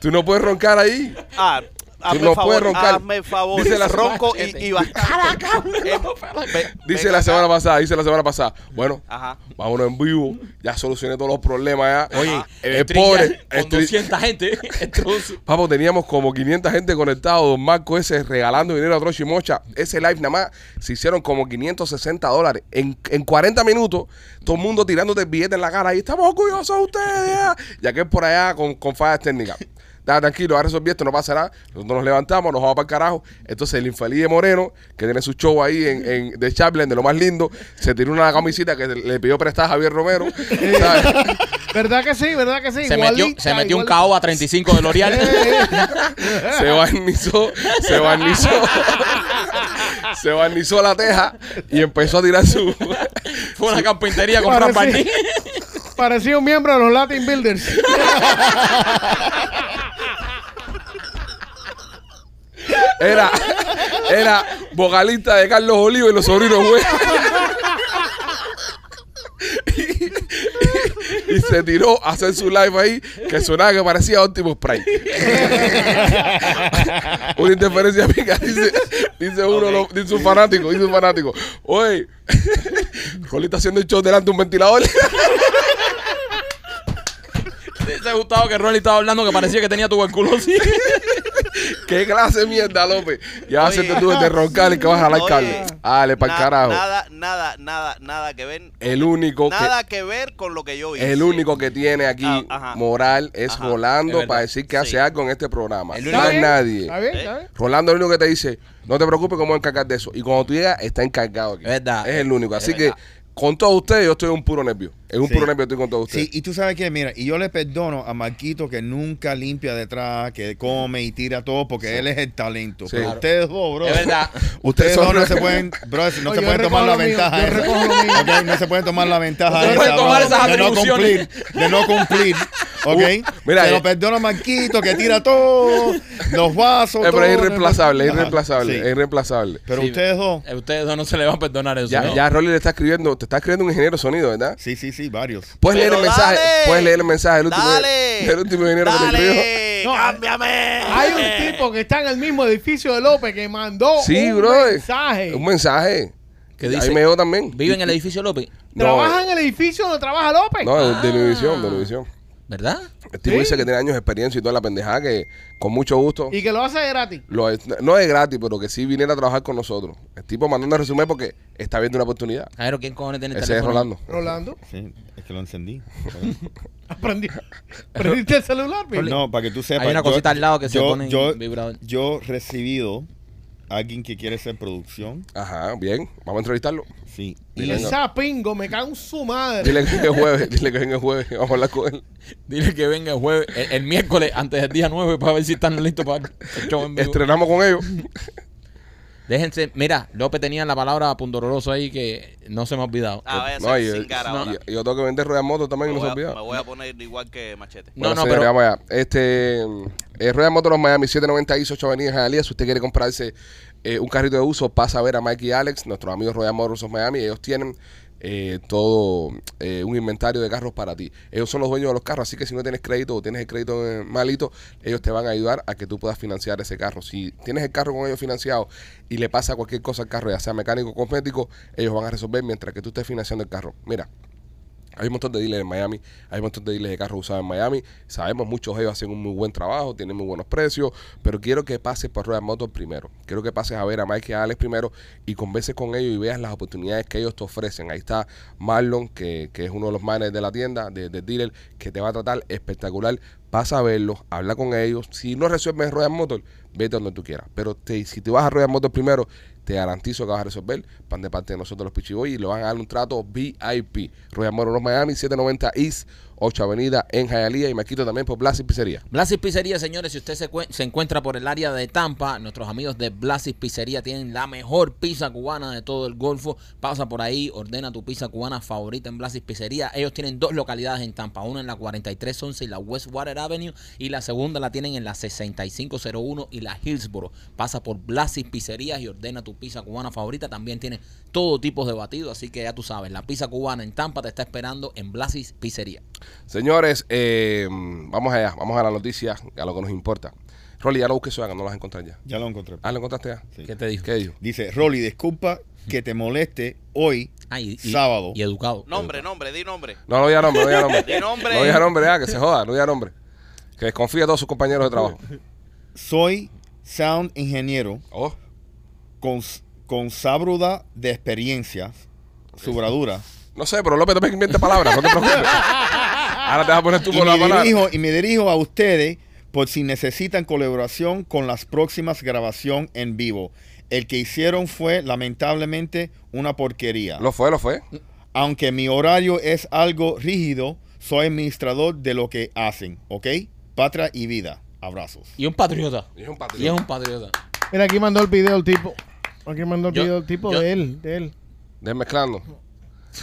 Tú no puedes roncar ahí.
Ah, hazme
no puedes
el favor,
roncar.
hazme el favor.
Dice la-
ronco y, y bastante. Eh, ve-
Dice la
venga acá. Ah.
semana pasada, dice la semana pasada. Bueno,
Ajá.
vámonos en vivo. Ya solucioné todos los problemas ya.
Oye,
el,
el
Eh, pobre.
Con
el tri-
200 gente. Entonces,
Papo, teníamos como 500 gente conectada, don Marco ese regalando dinero a Trocho y Mocha. Ese live nada más se hicieron como 560 dólares. En, en 40 minutos, todo el mundo tirándote billetes en la cara. Y estamos orgullosos de ustedes. ya". Y aquel por allá con, con fallas técnicas. Nada, tranquilo, ahora resolví esto, no pasa nada. Nosotros nos levantamos, nos vamos para el carajo. Entonces el infeliz de Moreno, que tiene su show ahí en, en- de Chaplin, de lo más lindo, se tiró una camisita que le pidió prestada a Javier Romero. ¿sabes?
¿Verdad que sí? ¿Verdad que sí?
se metió,
Igualita,
se metió un
igualita. Eh,
KO a 35 de L'Oreal.
se barnizó, se barnizó, se barnizó la teja y empezó a tirar su.
Fue a una carpintería a comprar
Parecía-
barniz.
Parecía un miembro de los Latin Builders.
Era, era vocalista de Carlos Olivo y los sobrinos güey. Y, y se tiró a hacer su live ahí que sonaba que parecía Optimus Prime. Una interferencia pica, dice, dice uno, lo- dice un fanático, dice un fanático. Oye, Rolly está haciendo el show delante de un ventilador.
Te ha gustado que Rolly estaba hablando que parecía que tenía tuberculosis.
¿Qué clase de mierda, López? Ya
Oye.
se te tuve de roncar y que vas a jalar
Oye.
cable. Dale, para
Na-
el carajo.
Nada, nada, nada, nada que ver.
el único
Nada que ver con lo que yo
que
hice.
el único que tiene aquí
Ah, ajá.
moral es
Ajá.
Rolando
Es verdad.
para decir que
Sí.
hace algo en este programa.
El
No
único-
¿Está
hay
bien?
nadie.
¿Está bien? ¿Está bien?
Rolando es el único que te dice, no te preocupes, cómo encargar de eso. Y cuando tú llegas, está encargado aquí.
Es verdad.
Es el único.
Es
Así que
verdad.
con todos ustedes, yo estoy un puro nervio. Es un
Sí.
puro nervio, estoy con todos ustedes. Eh,
Sí, y tú sabes que, mira, y yo le perdono a Marquito que nunca limpia detrás, que come y tira todo, porque él es el talento.
Sí.
Pero
Claro.
ustedes dos, bro.
Es verdad.
Ustedes
Ustedes son-
dos no se pueden, bro, no
No,
se
yo
pueden
recojo
tomar la
lo mío,
ventaja
yo
esa.
recojo lo mío.
Ok, no se pueden tomar la ventaja
se
esa,
pueden tomar
bro,
esas
de no
atribuciones.
cumplir, de no cumplir. ¿Ok?
mira,
se
eh,
lo perdono a Marquito que tira todo, los vasos.
Eh, pero es
todo.
irreemplazable, es
Ajá,
irreemplazable,
sí.
es irreemplazable.
Pero
Sí.
ustedes dos,
A Eh, ustedes dos no se le va a perdonar eso.
Ya,
¿no?
ya Rolly le está escribiendo, te está escribiendo un ingeniero de sonido, ¿verdad?
sí, sí, sí, varios.
Puedes leer el
Pero
mensaje,
dale.
puedes leer el mensaje del último,
Dale.
del último ingeniero que te escribió.
Dale.
No,
cámbiame.
Hay un tipo que está en el mismo edificio de López que mandó
Sí,
Oh, un
bro.
mensaje.
Un mensaje.
¿Qué dice?
Ahí me dio también.
Vive en el edificio López.
No,
¿Trabaja en el Ah. edificio donde trabaja López?
no, de Univisión, de Univisión.
¿Verdad?
El tipo
Sí.
dice que tiene años de experiencia y toda la pendejada que con mucho gusto.
Y que lo hace gratis.
Lo es- no es gratis, pero que sí viniera a trabajar con nosotros. El tipo mandando a resumen porque está viendo una oportunidad.
Jairo, ¿quién cojones tiene el
Ese es
teléfono?
Rolando.
Rolando,
Sí, es que lo encendí.
aprendí. ¿Prendiste el celular, Pipo?
No, para que tú sepas.
Hay una
yo-
cosita al lado que se
yo-
pone en
yo,
vibrador.
Yo he recibido a alguien que quiere hacer producción.
Ajá, bien. Vamos a entrevistarlo.
Sí.
Y
Dile,
esa pingo me cago en su madre.
Dile que venga el jueves. Dile que venga el jueves. Vamos a hablar con él.
Dile que venga el jueves, el, el miércoles, antes del día 9, para ver si están listos para el show en vivo.
Estrenamos con ellos.
Déjense, mira, López tenía la palabra pundororoso ahí que no se me ha olvidado.
Ah, vaya a
No,
ser
y- y-
sin cara
yo,
ahora.
yo tengo que vender Rueda Moto
Me
también y no
voy
se
a-
olvida.
me voy a poner igual que Machete.
No,
Bueno,
no,
señores,
pero-
vamos allá. Este, mm, eh, Rueda Motor Miami 790 ISO 8 Avenida Jalía. Si usted quiere comprarse eh, un carrito de uso, pasa a ver a Mike y Alex, nuestros amigos Rueda Motors of Miami. Ellos tienen eh, todo eh, un inventario de carros para ti. Ellos son los dueños de los carros, así que si no tienes crédito o tienes el crédito eh, malito, ellos te van a ayudar a que tú puedas financiar ese carro. Si tienes el carro con ellos financiado y le pasa cualquier cosa al carro, ya sea mecánico o cosmético, ellos van a resolver mientras que tú estés financiando el carro. Mira. Hay un montón de dealers en Miami, hay un montón de dealers de carros usados en Miami. Sabemos muchos de ellos hacen un muy buen trabajo, tienen muy buenos precios, pero quiero que pases por Rueda Motors primero. Quiero que pases a ver a Mike y a Alex primero y converses con ellos y veas las oportunidades que ellos te ofrecen. Ahí está Marlon, que, que es uno de los managers de la tienda, de, del dealer, que te va a tratar espectacular. Pasa a verlos, habla con ellos. Si no resuelves Rueda Motors, vete donde tú quieras. Pero te- si te vas a Rueda Motors primero, te garantizo que vas a resolver. Pan de parte de nosotros los Pichiboy y le van a dar un trato VIP. Royal Moro Los Miami, 790 East, 8 Avenida en Hialeah y me quito también por Blas y Pizzería.
Blasis Pizzería, señores, si usted se, cuen- se encuentra por el área de Tampa, nuestros amigos de Blasis Pizzería tienen la mejor pizza cubana de todo el Golfo. Pasa por ahí, ordena tu pizza cubana favorita en Blasis Pizzería. Ellos tienen dos localidades en Tampa, una en la 4311 y la Westwater Avenue y la segunda la tienen en la 6501 y la Hillsboro. Pasa por Blasis Pizzería y ordena tu pizza cubana favorita. También tienen todo tipo de batido, así que ya tú sabes, la pizza cubana en Tampa te está esperando en Blasis Pizzería.
Señores, eh, vamos allá, vamos a la noticia, a lo que nos importa. Rolly, ya lo busqué eso, no las encontré ya.
Ya lo encontré.
Ah, ¿lo encontraste ya?
Sí.
¿Qué te dijo?
¿Qué dijo?
Dice, Rolly, disculpa que te moleste hoy,
Ah, y- y-
sábado.
Y educado.
Nombre, nombre, di nombre.
No, no diga nombre, no diga nombre.
Di nombre.
No diga nombre, ya, que se joda, no diga nombre. Que desconfía de todos sus compañeros de trabajo.
Soy sound ingeniero
Oh,
con, con sabruda de experiencias, subradura.
no sé, pero López también inventa palabras, no te preocupes. Ahora te vas a poner tú
Y
con la
me,
palabra.
dirijo, y me dirijo a ustedes por si necesitan colaboración con las próximas grabación en vivo. El que hicieron fue lamentablemente una porquería.
Lo fue, lo fue.
Aunque mi horario es algo rígido, soy administrador de lo que hacen, ¿ok? Patria y vida. Abrazos.
Y un patriota.
Y es un patriota.
Y es un patriota.
Mira, aquí mandó el video el tipo. Aquí mandó el
Yo-
video el tipo
yo-
de él, de él.
Desmezclando.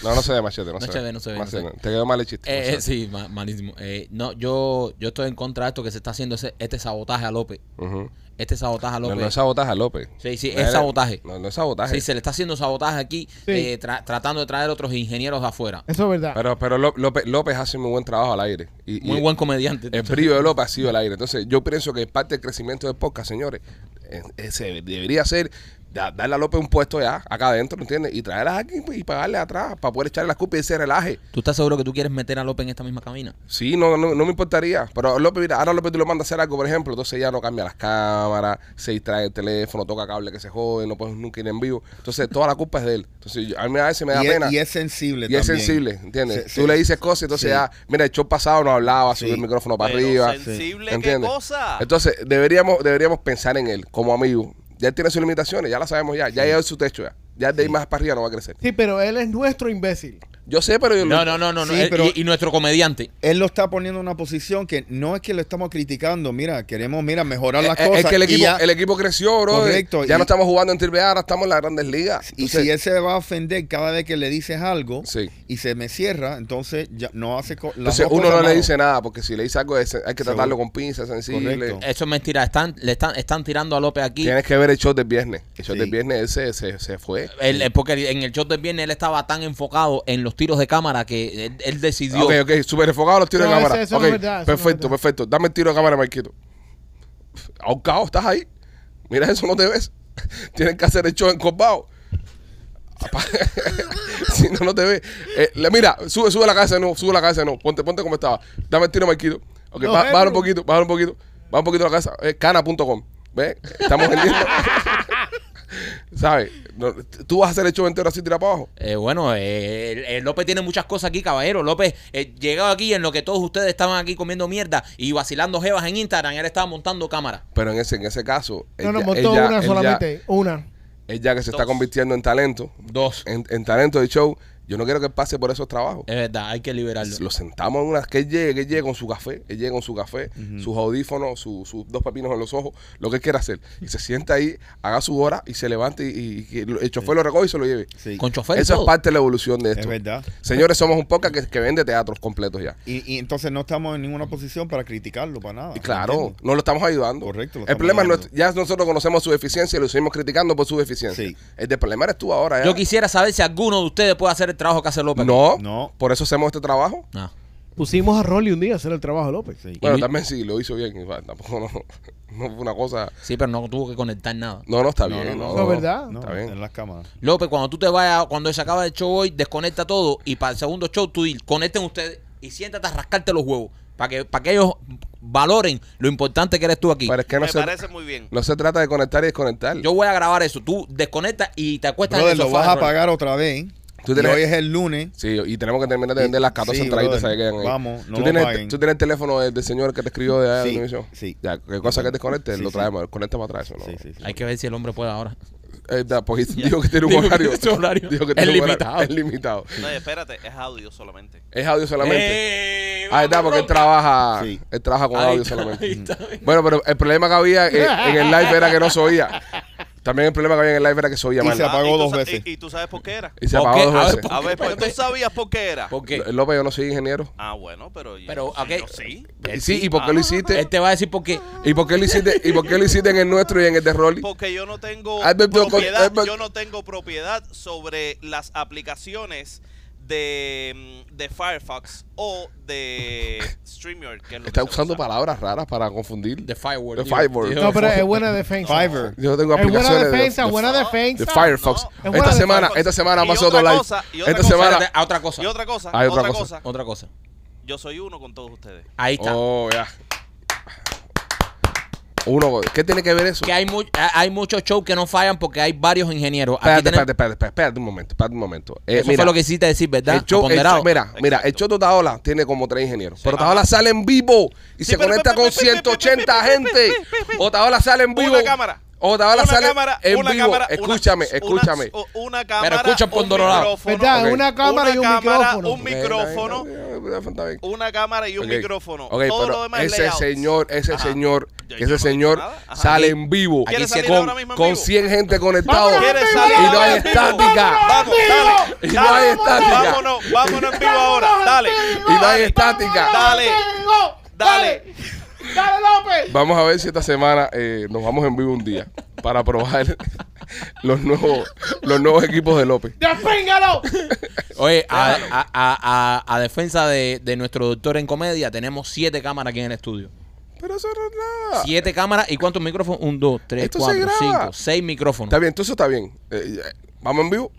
No, no se ve machete, no, se, ve.
no se ve, no se ve.
Te quedó mal el chiste.
Eh,
no se
eh,
ve.
sí, ma- malísimo. Eh, no, yo, yo estoy en contra de esto que se está haciendo ese, este sabotaje a López.
Ujú.
Este sabotaje a
No,
López.
no es sabotaje, López.
Sí, sí, es
Mira,
sabotaje.
No, no es sabotaje.
Sí, se le está haciendo sabotaje aquí,
Sí.
eh, tra- tratando de traer otros ingenieros de afuera.
Eso es verdad.
Pero, pero Ló- López, López hace muy buen trabajo al aire. Y,
Muy
y
buen comediante.
El brillo de López ha sido al aire. Entonces, yo pienso que parte del crecimiento del podcast, señores, eh, ese debería ser da- darle a López un puesto ya, acá adentro, ¿entiendes? Y traerlas aquí pues, y pagarle atrás para poder echarle las culpas y se relaje.
¿Tú estás seguro que tú quieres meter a López en esta misma cabina?
Sí, no, no, no me importaría. Pero López, mira, ahora López tú lo mandas a hacer algo, por ejemplo, entonces ya no cambia las cámaras, se distrae el teléfono, toca cable que se jode, no puedes nunca ir en vivo. Entonces toda la culpa es de él. Entonces yo- a mí a veces me da
Y es,
pena.
y es sensible
Y es
también.
sensible, ¿entiendes?
Se-
tú
se-
le dices cosas, entonces
sí.
ya, mira, el show pasado no hablaba, subió
Sí.
el micrófono para
Pero
arriba.
sensible,
¿entiendes?
¿qué cosa?
Entonces, deberíamos, deberíamos pensar en él como amigo. Ya él tiene sus limitaciones, ya la sabemos ya, ya llegó su techo ya. Ya de ahí más para arriba no va a crecer.
Sí, pero él es nuestro imbécil.
Yo sé, pero yo
No, no, no, no. no.
Sí,
Eh,
pero-
y, y nuestro comediante.
Él lo está poniendo en una posición que no es que lo estamos criticando. Mira, queremos, mira, mejorar las
Eh, eh,
cosas.
Es que el
y
equipo,
ya-
el equipo creció, bro.
Correcto,
Ya
y-
no estamos jugando en Triple A, ahora estamos en las grandes ligas.
Y
Entonces,
si él se va a ofender cada vez que le dices algo
Sí.
y se me cierra, entonces ya no hace co- las
entonces
dos
uno
cosas
no le
mal.
dice nada, porque si le dice algo, es- hay que
Seguro.
tratarlo con pinzas, sensible.
Correcto.
Eso es mentira. Están, le están, están tirando a López aquí.
Tienes que ver el show del viernes. El show
Sí.
del viernes ese se, se fue.
Él- eh, porque en el show del viernes él estaba tan enfocado en los tiros de cámara que él, él decidió.
Ok, ok, súper enfocado los tiros
No,
de
ese-
cámara.
eso no
Ok,
es verdad, eso no es
perfecto,
verdad.
perfecto. Dame el tiro de cámara, Marquito. Ahorcado, estás ahí. Mira, eso no te ves. Tienes que hacer el show encorvado. Apa- si no, no te ve. Eh, le- mira, sube, sube la cabeza, no, sube la cabeza, no. Ponte, ponte como estaba. Dame el tiro, Marquito. Ok,
No,
ba-
Pedro.
baja un poquito, baja un poquito. Baja un poquito la cabeza. Eh, cana.com. ¿Ves? Estamos vendiendo. ¿Sabes? No, t- tú vas a hacer el show entero así tirado para abajo.
Eh, bueno, eh, el- el López tiene muchas cosas aquí, caballero. López, eh, llegado aquí en lo que todos ustedes estaban aquí comiendo mierda y vacilando jevas en Instagram, él estaba montando cámara.
Pero en ese, en ese caso,
No, no,
ya-
montó
ya-
una
ya-
solamente. Una.
él ya que se está
Dos.
convirtiendo en talento,
Dos.
en, en talento de show, yo no quiero que él pase por esos trabajos.
Es verdad, hay que liberarlo.
Lo sentamos en una. Que él llegue, que él llegue con su café, él llegue con su café, sus audífonos, su- sus dos papinos en los ojos, lo que él quiera hacer. Y se sienta ahí, haga su hora y se levante y, y que lo- el chofer lo recoge y se lo lleve.
Sí.
Con chofer y
Eso es
todo.
parte de la evolución de esto.
Es verdad.
Señores, somos un podcast que, que vende teatros completos ya.
Y, y entonces no estamos en ninguna posición para criticarlo, para nada.
Y claro,
¿entiendes?
no lo estamos ayudando.
Ah, Correcto, lo
el
estamos
problema es
ayudando.
nuestro- ya nosotros conocemos su deficiencia y lo seguimos criticando por su deficiencia.
Sí.
El de problema eres tú ahora. ya.
Yo quisiera saber si alguno de ustedes puede hacer el trabajo que hace López. Ah,
No,
No.
por eso hacemos este trabajo.
No.
Pusimos a Rolly un día a hacer el trabajo, López.
Sí.
Bueno,
mi-
también sí, lo hizo bien. igual, Tampoco no, no fue una cosa.
Sí, pero no tuvo que conectar nada.
No, no está
No,
bien.
no,
No,
no.
No, ¿verdad?
No,
Está bien.
en las cámaras.
López, cuando tú te vayas, cuando se acaba el show hoy, desconecta todo y para el segundo show tú di, conecten ustedes y siéntate a rascarte los huevos para que, para que ellos valoren lo importante que eres tú aquí.
Pero es que no
Me
se,
parece muy bien.
no se trata de conectar y desconectar.
Yo voy a grabar eso. Tú desconectas y te acuestas
Brother,
en el
lo
sofá.
vas
de
a
Rolly.
pagar otra vez.
Tú
Tú
tienes-
hoy es el lunes.
Sí, y tenemos que terminar de vender las 14
Sí,
entraditas
brother.
ahí que quedan ahí.
Vamos, no
¿Tú
lo
tienes,
paguen.
Tú tienes el teléfono del, del señor que te escribió de allá de
Sí,
Univision?
sí.
Ya, qué cosa que desconecte,
Sí,
lo
sí.
traemos. Conecta para atrás. ¿no?
Sí, sí, sí.
Hay que ver si el hombre puede ahora.
Eh, da, porque dijo que tiene un
Dijo que
horario.
tiene un horario.
Dijo que
Es
tiene un horario.
limitado.
Es limitado.
No, espérate, es audio solamente.
Es audio solamente.
¡Eh!
Ah, está, porque él trabaja,
Sí.
él trabaja con
Ahí
audio
está, ahí
solamente.
está.
Bueno, pero el problema que había eh, en, el live era que no se oía. También el problema que había en el live era que se oía
Y
mal.
se apagó
y tú
dos
sa-
veces.
Y, y tú sabes por qué era.
Y se
¿Por
apagó
qué?
dos
A ver,
veces.
¿por
A ver, pues tú sabías por qué era.
¿Por qué?
L- López, yo no soy ingeniero.
Ah, bueno, pero. yo-
Pero,
sí,
ok.
yo sí.
Y Sí, ¿y por qué lo hiciste?
Él te Este va a decir por qué.
¿Y por qué lo hiciste, ¿Y por qué lo hiciste en el nuestro y en el de Rolly?
Porque yo no tengo
Albert Blanco-
propiedad,
Albert-
yo no tengo propiedad sobre las aplicaciones de, mm, de Firefox o de StreamYard. Que es lo
Está
que se
usando
usa.
palabras raras para confundir.
The Firework.
The
tío.
Firework.
Tío,
No, pero es buena defensa.
Fiverr.
Yo tengo
Es buena
aplicaciones
defensa,
de,
buena
de,
defensa.
de Firefox.
No. Es
buena
Esta
de
semana,
Firefox.
esta semana
Y
vamos a hacer
otra
otro live.
cosa, y otra
Esta
cosa.
semana.
Espérate, a otra cosa.
Y otra cosa,
Hay otra
otra,
cosa.
cosa.
Otra cosa.
Yo soy uno con todos ustedes.
Ahí está.
Oh, ya. Uno, ¿qué tiene que ver eso?
Que hay, mu- ha- hay muchos shows que no fallan porque hay varios ingenieros. Aquí
Espérate,
tenemos-
espérate, espérate, espérate, espérate un momento, espérate un momento. Eh,
Eso fue lo que hiciste decir, ¿verdad?
el show, el
Ponderado.
show- mira, mira, el show de Otaola tiene como tres ingenieros. pero Otaola sale en vivo y se
pero-
conecta
pero-
con
pero- pero-
180
pero- pero-
gente. Otaola sale en
Una
vivo.
cámara.
Otaola
una
sale
cámara,
en
una
vivo.
cámara, una-
escúchame,
una-
escúchame.
o- Una, cámara,
escucha
un
Pondorolao.
micrófono.
¿Verdad?
Ok.
Una cámara y un
cámara,
micrófono.
Un micrófono.
Está bien.
Una cámara y un
Ok.
micrófono.
Ok,
Todo
pero
lo demás es
ese
layout.
señor, ese
Ajá.
señor,
Yo- yo no
ese
he dicho
señor
nada. Ajá.
sale en vivo
¿Quieres
Aquí se-
salir
con,
ahora mismo en
con
vivo?
100 gente conectada
Vámonos
¿Quieres
en vivo,
salir
y no
ahora
hay
en vivo?
estática
Vamos, dale.
y no hay estática
Vámonos, vámonos en vivo ahora. Dale.
y no hay estática.
Dale.
Dale.
Dale.
Dale, López.
Vamos a ver si esta semana eh, nos vamos en vivo un día para probar los nuevos los nuevos equipos de López.
Despíngalo.
Oye, a, a- a- a- a defensa de, de nuestro doctor en comedia, tenemos siete cámaras aquí en el estudio.
Pero eso no es nada.
Siete cámaras y cuántos micrófonos? Un, dos, tres,
Esto se
cuatro,
graba.
cinco, seis micrófonos.
Está bien, entonces está bien. Eh, eh, ¿Vamos en vivo?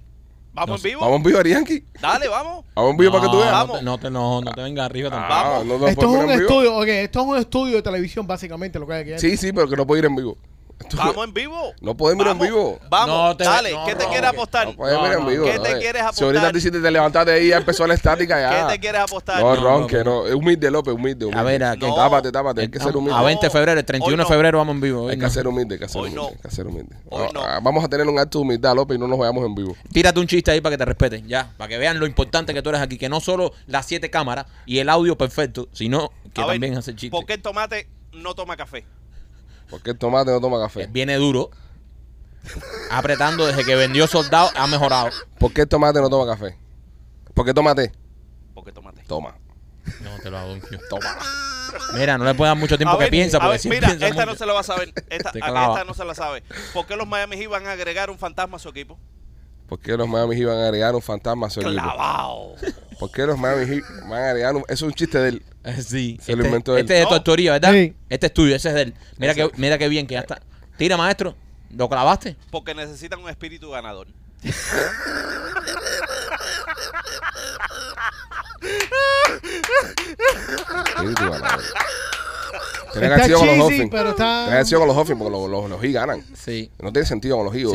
Vamos en vivo.
¿Vamos en vivo, Arianqui?
Dale, vamos.
¿Vamos en vivo para que tú veas?
No, te- no, te, no, no te vengas arriba tampoco.
Ah,
Vamos.
¿no nos
Esto
puedes
es
poner
un
en vivo?
estudio, ok, esto es un estudio de televisión básicamente lo que hay aquí.
Sí, sí, pero que no puedo ir en vivo. Esto-
Vamos en vivo.
No podemos ir en
Vamos,
vivo.
Vamos,
No te-
dale.
no,
¿Qué te
no,
quieres
que-
apostar?
No podemos ir en
no,
vivo.
¿qué te
brother.
quieres
Si ahorita
apuntar?
te hiciste te levantaste ahí, ya empezó la estática ya.
¿Qué te quieres apostar?
No,
No,
Ron,
no,
que no. Humilde, López, humilde, humilde.
A ver, ¿a qué?
No.
Tápate, tápate. Hay que ser humilde.
A 20 de febrero, el
Hoy
31
no.
de febrero vamos en vivo. hoy
Hay que
no.
ser humilde, hay que ser
Hoy
humilde,
no.
hay que ser humilde.
Hoy no.
Ah, Vamos a tener un acto de humildad, López, y no nos vayamos en vivo.
Tírate un chiste ahí para que te respeten, ya. Para que vean lo importante que tú eres aquí. Que no solo las siete cámaras y el audio perfecto, sino que
A ver,
también hace chiste.
¿Por qué el tomate no toma café?
Porque el tomate no toma café.
Pues, Viene duro. Apretando desde que vendió soldado, ha mejorado.
¿Por qué el tomate no toma café? ¿Por qué tomate?
Porque tomate.
Toma.
No te lo hago yo. Toma. Mira, no le puedes dar mucho tiempo que piensa
a
porque
ver,
siempre
mira,
piensa
esta no
mucho.
se la va a saber. Esta,
Te
a-
clava.
esta no se la sabe. ¿Por qué los Miami Heat van a agregar un fantasma a su equipo?
¿Por qué los Miami Heat van a agregar un fantasma a su equipo?
Clavao.
¿Por qué los Miami Heat van a agregar un... Eso es un chiste de él.
Eh, Sí.
Se lo
este,
inventó él.
este es de tu
No.
autoría, ¿verdad?
Sí.
Este es tuyo, ese es de él. Mira que, mira que bien que ya está. Tira, maestro. ¿Lo clavaste?
Porque necesitan un espíritu ganador.
Sí, tú, a la verga. Tiene que
Está
haber sido con los
cheesy,
Dolphins.
pero está-
Tiene que haber sido con los Dolphins porque los, los, los Heat ganan.
Sí.
No tiene sentido con los Heat.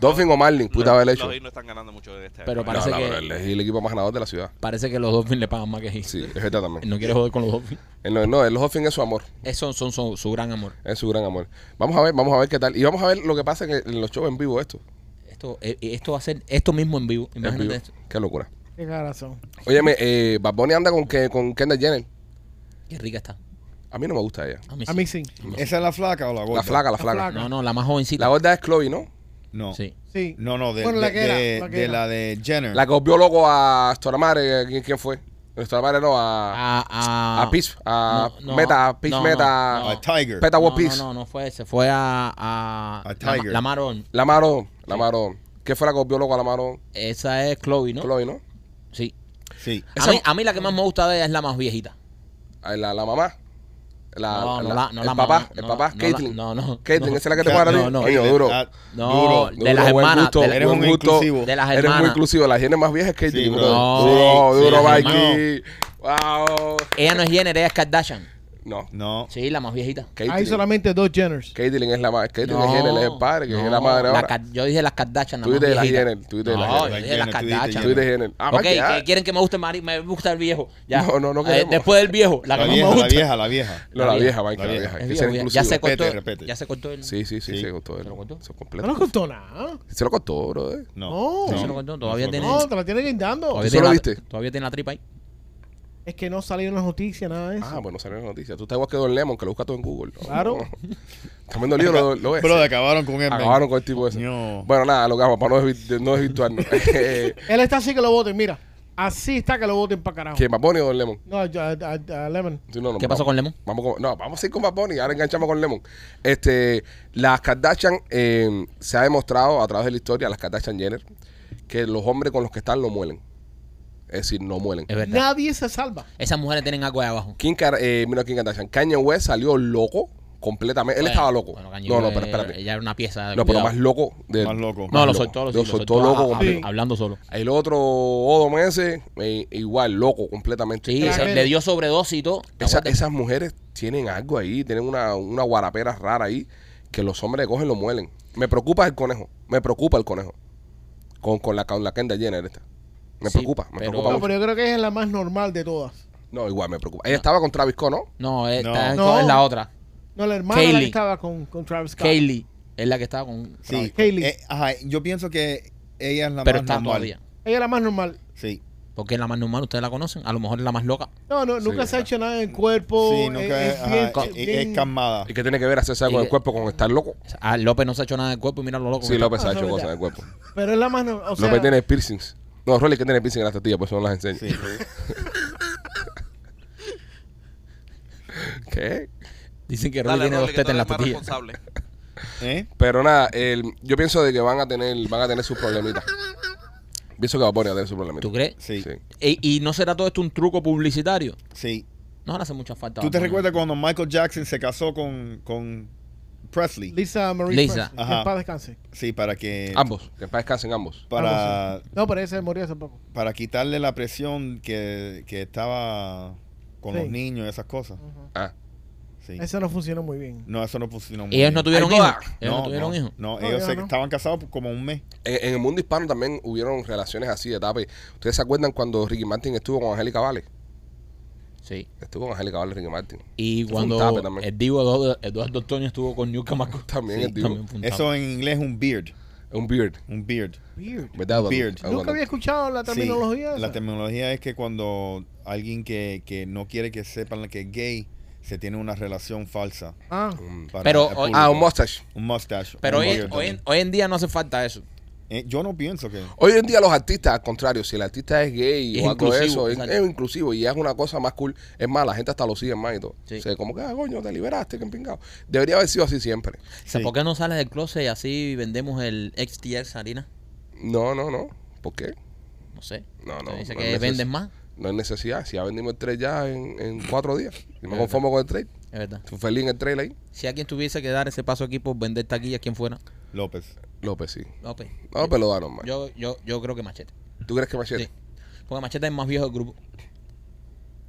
Dolphins o Marlins, puta
Los-
haber hecho.
Los Heat no están ganando mucho en este
Pero
año.
para- parece
no, no,
que-
pero el, el equipo más ganador de la ciudad.
Parece que los Dolphins le pagan más que Heat.
Sí, es verdad también.
No quiere joder con los Dolphins.
El- No, no, el Dolphin es su amor.
Esos son, son su gran amor.
Es su gran amor. Vamos a ver, vamos a ver qué tal. Y vamos a ver lo que pasa en, el- en los shows en vivo esto.
Esto, eh, esto va a ser esto mismo en vivo.
En
Imagínate
vivo.
esto.
Qué locura.
Qué carazón.
Óyeme, eh, Bad Bunny anda con, que, con Kendall Jenner.
Qué rica está.
A mí no me gusta ella.
A mí,
A mí sí.
¿Esa es la flaca o la gorda?
La flaca, la
La
flaca.
flaca.
No, no, la más jovencita.
La gorda es Chloe, ¿no?
Eh. No.
Sí.
Sí.
No, no, de,
Bueno,
de-
la que era,
de-
la que
de
era.
la de Jenner.
La que volvió loco a Storamare. ¿Quién, quién fue? Storamare no, a,
A,
a Peach, a
Ah, no, no,
Meta, a Peach
no,
Meta,
no,
a Tiger.
Peta
no,
War
no,
Peace.
no, no fue ese. Fue a. A,
A Tiger.
La, la Marón.
La Marón, la Marón. ¿Qué fue la que volvió loco a la Marón?
Esa es Chloe, ¿no?
Chloe, ¿no?
Sí.
Sí.
A mí, a mí la que más me gusta de ella es la más viejita.
A La, la mamá. La,
No, no
la-
la- no
el
la
papá,
mamá,
el
no
papá,
la- no la-
Caitlyn.
no, no,
Caitlyn,
no.
esa es la que te para a ti.
No, no.
Coño,
Oye,
duro.
ah,
No,
duro.
de las
buen
hermanas.
gusto,
de,
Eres
buen
un
gusto.
inclusivo.
de las
Eres muy
hermanas.
inclusivo. La gente más vieja es Caitlyn.
Sí,
bro.
bro.
Duro,
Sí,
duro,
sí,
Mikey. Wow.
Ella no es Jenner, ella es Kardashian.
No,
No.
Sí, la más viejita.
Hay
Caitlyn.
solamente dos Jenners.
Caitlyn es la madre. Caitlyn
No,
es Jenner, es el padre, que es la
no,
madre
la
ahora.
Kar- yo dije las Kardashian. la
Tú
más
dices las
viejita.
Jenner, tú dices las
No,
Jenner.
yo dije las
Las Jenner, tú dijiste
Tú
Kardashian.
eres Jenner. Ah,
ok,
Mikey, ah.
que quieren que me guste Mari, me gusta el viejo. Ya. Eh,
No, no, no queremos.
después del viejo, la,
La
que más
vieja,
me
la
gusta.
vieja, la vieja.
No, la
La
vieja,
vieja.
Mike, la
La
vieja.
vieja.
Hay
Es
que
viejo,
ser
vieja.
inclusivo.
ya se cortó,
Respete, respete.
ya se cortó el.
Sí, sí, sí,
Sí.
se cortó. él.
¿Se lo cortó?
Se
No
completo.
nos costó nada.
Se lo cortó, bro. eh.
No.
No.
Sí, se
lo contó, todavía
No,
tiene-
No, te la tienen guindando.
¿Tú
Todavía
se lo
tiene la-
viste?
Todavía tiene la tripa ahí.
Es que no salió en las noticias, nada de eso.
Ah, bueno, salió la noticia. Tú estás igual que Don Lemon, que lo buscas todo en Google.
Claro.
Tremendo lío lo, lo es.
Bro, acabaron con él. men.
Acabaron con el tipo ese.
No.
Bueno, nada, lo que vamos, para no, desvi- no desvirtuarnos. Eh,
Él está así que lo voten, mira. Así está que lo voten para carajo.
¿Quién, Bad Bunny o Don Lemon?
No, a, a- a- a Lemon.
Sí, no, no,
¿Qué pasó
vamos-
con Lemon?
Vamos con- no, vamos a ir con Bad Bunny, ahora enganchamos con Lemon. Este, las Kardashian eh, se ha demostrado a través de la historia, las Kardashian Jenner, que los hombres con los que están lo muelen. Es decir, no muelen.
Es verdad.
Nadie se salva.
Esas mujeres tienen agua ahí abajo.
Kim Kar- eh, mira Kim Kardashian. Kanye West salió loco completamente. Él
Bueno,
estaba loco.
bueno, Kanye
no, no,
West,
pero espérate.
Ella era una pieza. de
No, pero
cuidado.
más loco. de-
Más loco.
No, lo
loco.
soltó, lo,
Lo
sí,
soltó
a-
loco
a-
completo.
Hablando solo.
El otro Odom ese, eh, igual, loco completamente.
Sí,
Claro.
se- le dio sobredosis y todo.
Esa-
Aguanta.
esas mujeres tienen algo ahí, tienen una, una guarapera rara ahí, que los hombres cogen y lo muelen. Me preocupa el conejo, me preocupa el conejo. Con, con la, con la Kendall Jenner esta. Me
Sí,
preocupa, me
pero-
preocupa
No,
mucho.
pero yo creo que ella es la más normal de todas.
No, igual me preocupa. Ella estaba con Travis Scott, ¿no?
No, esta
No.
esta
No.
es la otra.
No, la hermana la que
Kaylee.
estaba con, con Travis Scott.
Kaylee es la que estaba con.
Sí.
Hailey.
Eh, ajá, yo pienso que ella es la
Pero
más
está
normal.
todavía.
Ella es la más normal.
Sí.
Porque es la más normal, ustedes la conocen. A lo mejor es la más loca.
No, no, nunca
Sí,
se ha hecho nada en el cuerpo. eh,
sí, nunca
es,
es,
es
ajá,
bien-
es- es
bien-
calmada.
¿Y qué tiene que ver hacerse algo
Y-
del cuerpo con estar loco?
O sea, a López no se ha hecho nada del cuerpo y mira lo loco. que
Sí,
está.
López ha
Ah,
hecho
no,
cosas
ya.
del cuerpo.
Pero es la más normal. O sea,
López tiene piercings. No, Rolly que tiene piercing en las tetillas, pues eso no las enseña.
Sí.
¿Qué?
Dicen que Rolly
Dale,
tiene
Rolly,
dos tetas
que tú
en la
eres más
patilla.
responsable.
¿Eh?
Pero nada, el- yo pienso de que van a tener, van a tener sus problemitas. Pienso que va a poner a tener sus problemitas.
¿Tú crees?
Sí. Sí.
E- ¿Y no será todo esto un truco publicitario? No, ahora hace mucha falta.
¿Tú te
Vamos,
recuerdas cuando Michael Jackson se casó con, con Presley?
Lisa Marie
Lisa.
Presley, Que
Ajá.
en paz descanse.
Sí, para que...
Ambos, que para descansen ambos.
Para,
No, pero ese murió hace poco.
para quitarle la presión que, que estaba con
Sí.
los niños y esas cosas.
Ah.
Sí.
Eso no funcionó muy bien.
No, eso no funcionó muy
Ellos no
bien.
tuvieron
Ay,
hijos.
toda.
Ellos no,
no,
tuvieron
no,
hijos.
no,
No,
ellos
ya
se-
no.
estaban casados por como un mes.
En, en el mundo hispano también hubieron relaciones así de etapa. ¿Ustedes se acuerdan cuando Ricky Martin estuvo con Angélica Vale?
Sí.
Estuvo con Angélica Vale Ricky Martin.
Y
Eso fue un
cuando
tape también.
el Divo Eduardo- Eduardo Antonio estuvo con New Camaco.
También el Divo.
También fue un tape.
Eso en inglés es un beard.
Un beard.
Un beard.
Weird.
Ah,
¿Verdad? Eduardo?
Beard.
Eduardo?
Nunca había escuchado la
Sí,
terminología.
la
esa.
terminología es que cuando alguien que, que no quiere que sepan que es gay, se tiene una relación falsa.
ah,
Mm.
para
Pero
el
hoy-
público.
Ah, un mustache.
Un mustache.
Pero
un
hoy,
beard
hoy-
también.
hoy en día no hace falta eso.
Eh, yo no pienso que...
Hoy en día los artistas, al contrario, si el artista es gay
Es
o algo de eso,
inclusivo,
es,
exacto.
es inclusivo y es una cosa más cool. Es más, la gente hasta lo sigue más y todo.
Sí.
O sea, como que, ah, coño, te liberaste, que pingado. Debería haber sido así siempre.
O sea,
Sí.
¿Por qué no sales del closet y así vendemos el XTX harina?
No, no, no. ¿Por qué?
No sé.
No, no,
Se dice
no
que
es
vendes
neces-
más.
No hay necesidad. Si ya vendimos el trade ya en, en cuatro días. Y me conformo con el trade.
Es verdad.
Estoy feliz en el trade ahí.
Si alguien tuviese que dar ese paso aquí por vender taquilla, ¿quién fuera?
López.
López, sí.
Ok.
No, pero lo da normal.
Eh, Yo, yo, yo creo que Machete.
¿Tú crees que Machete?
Sí. Porque Machete es más viejo del grupo.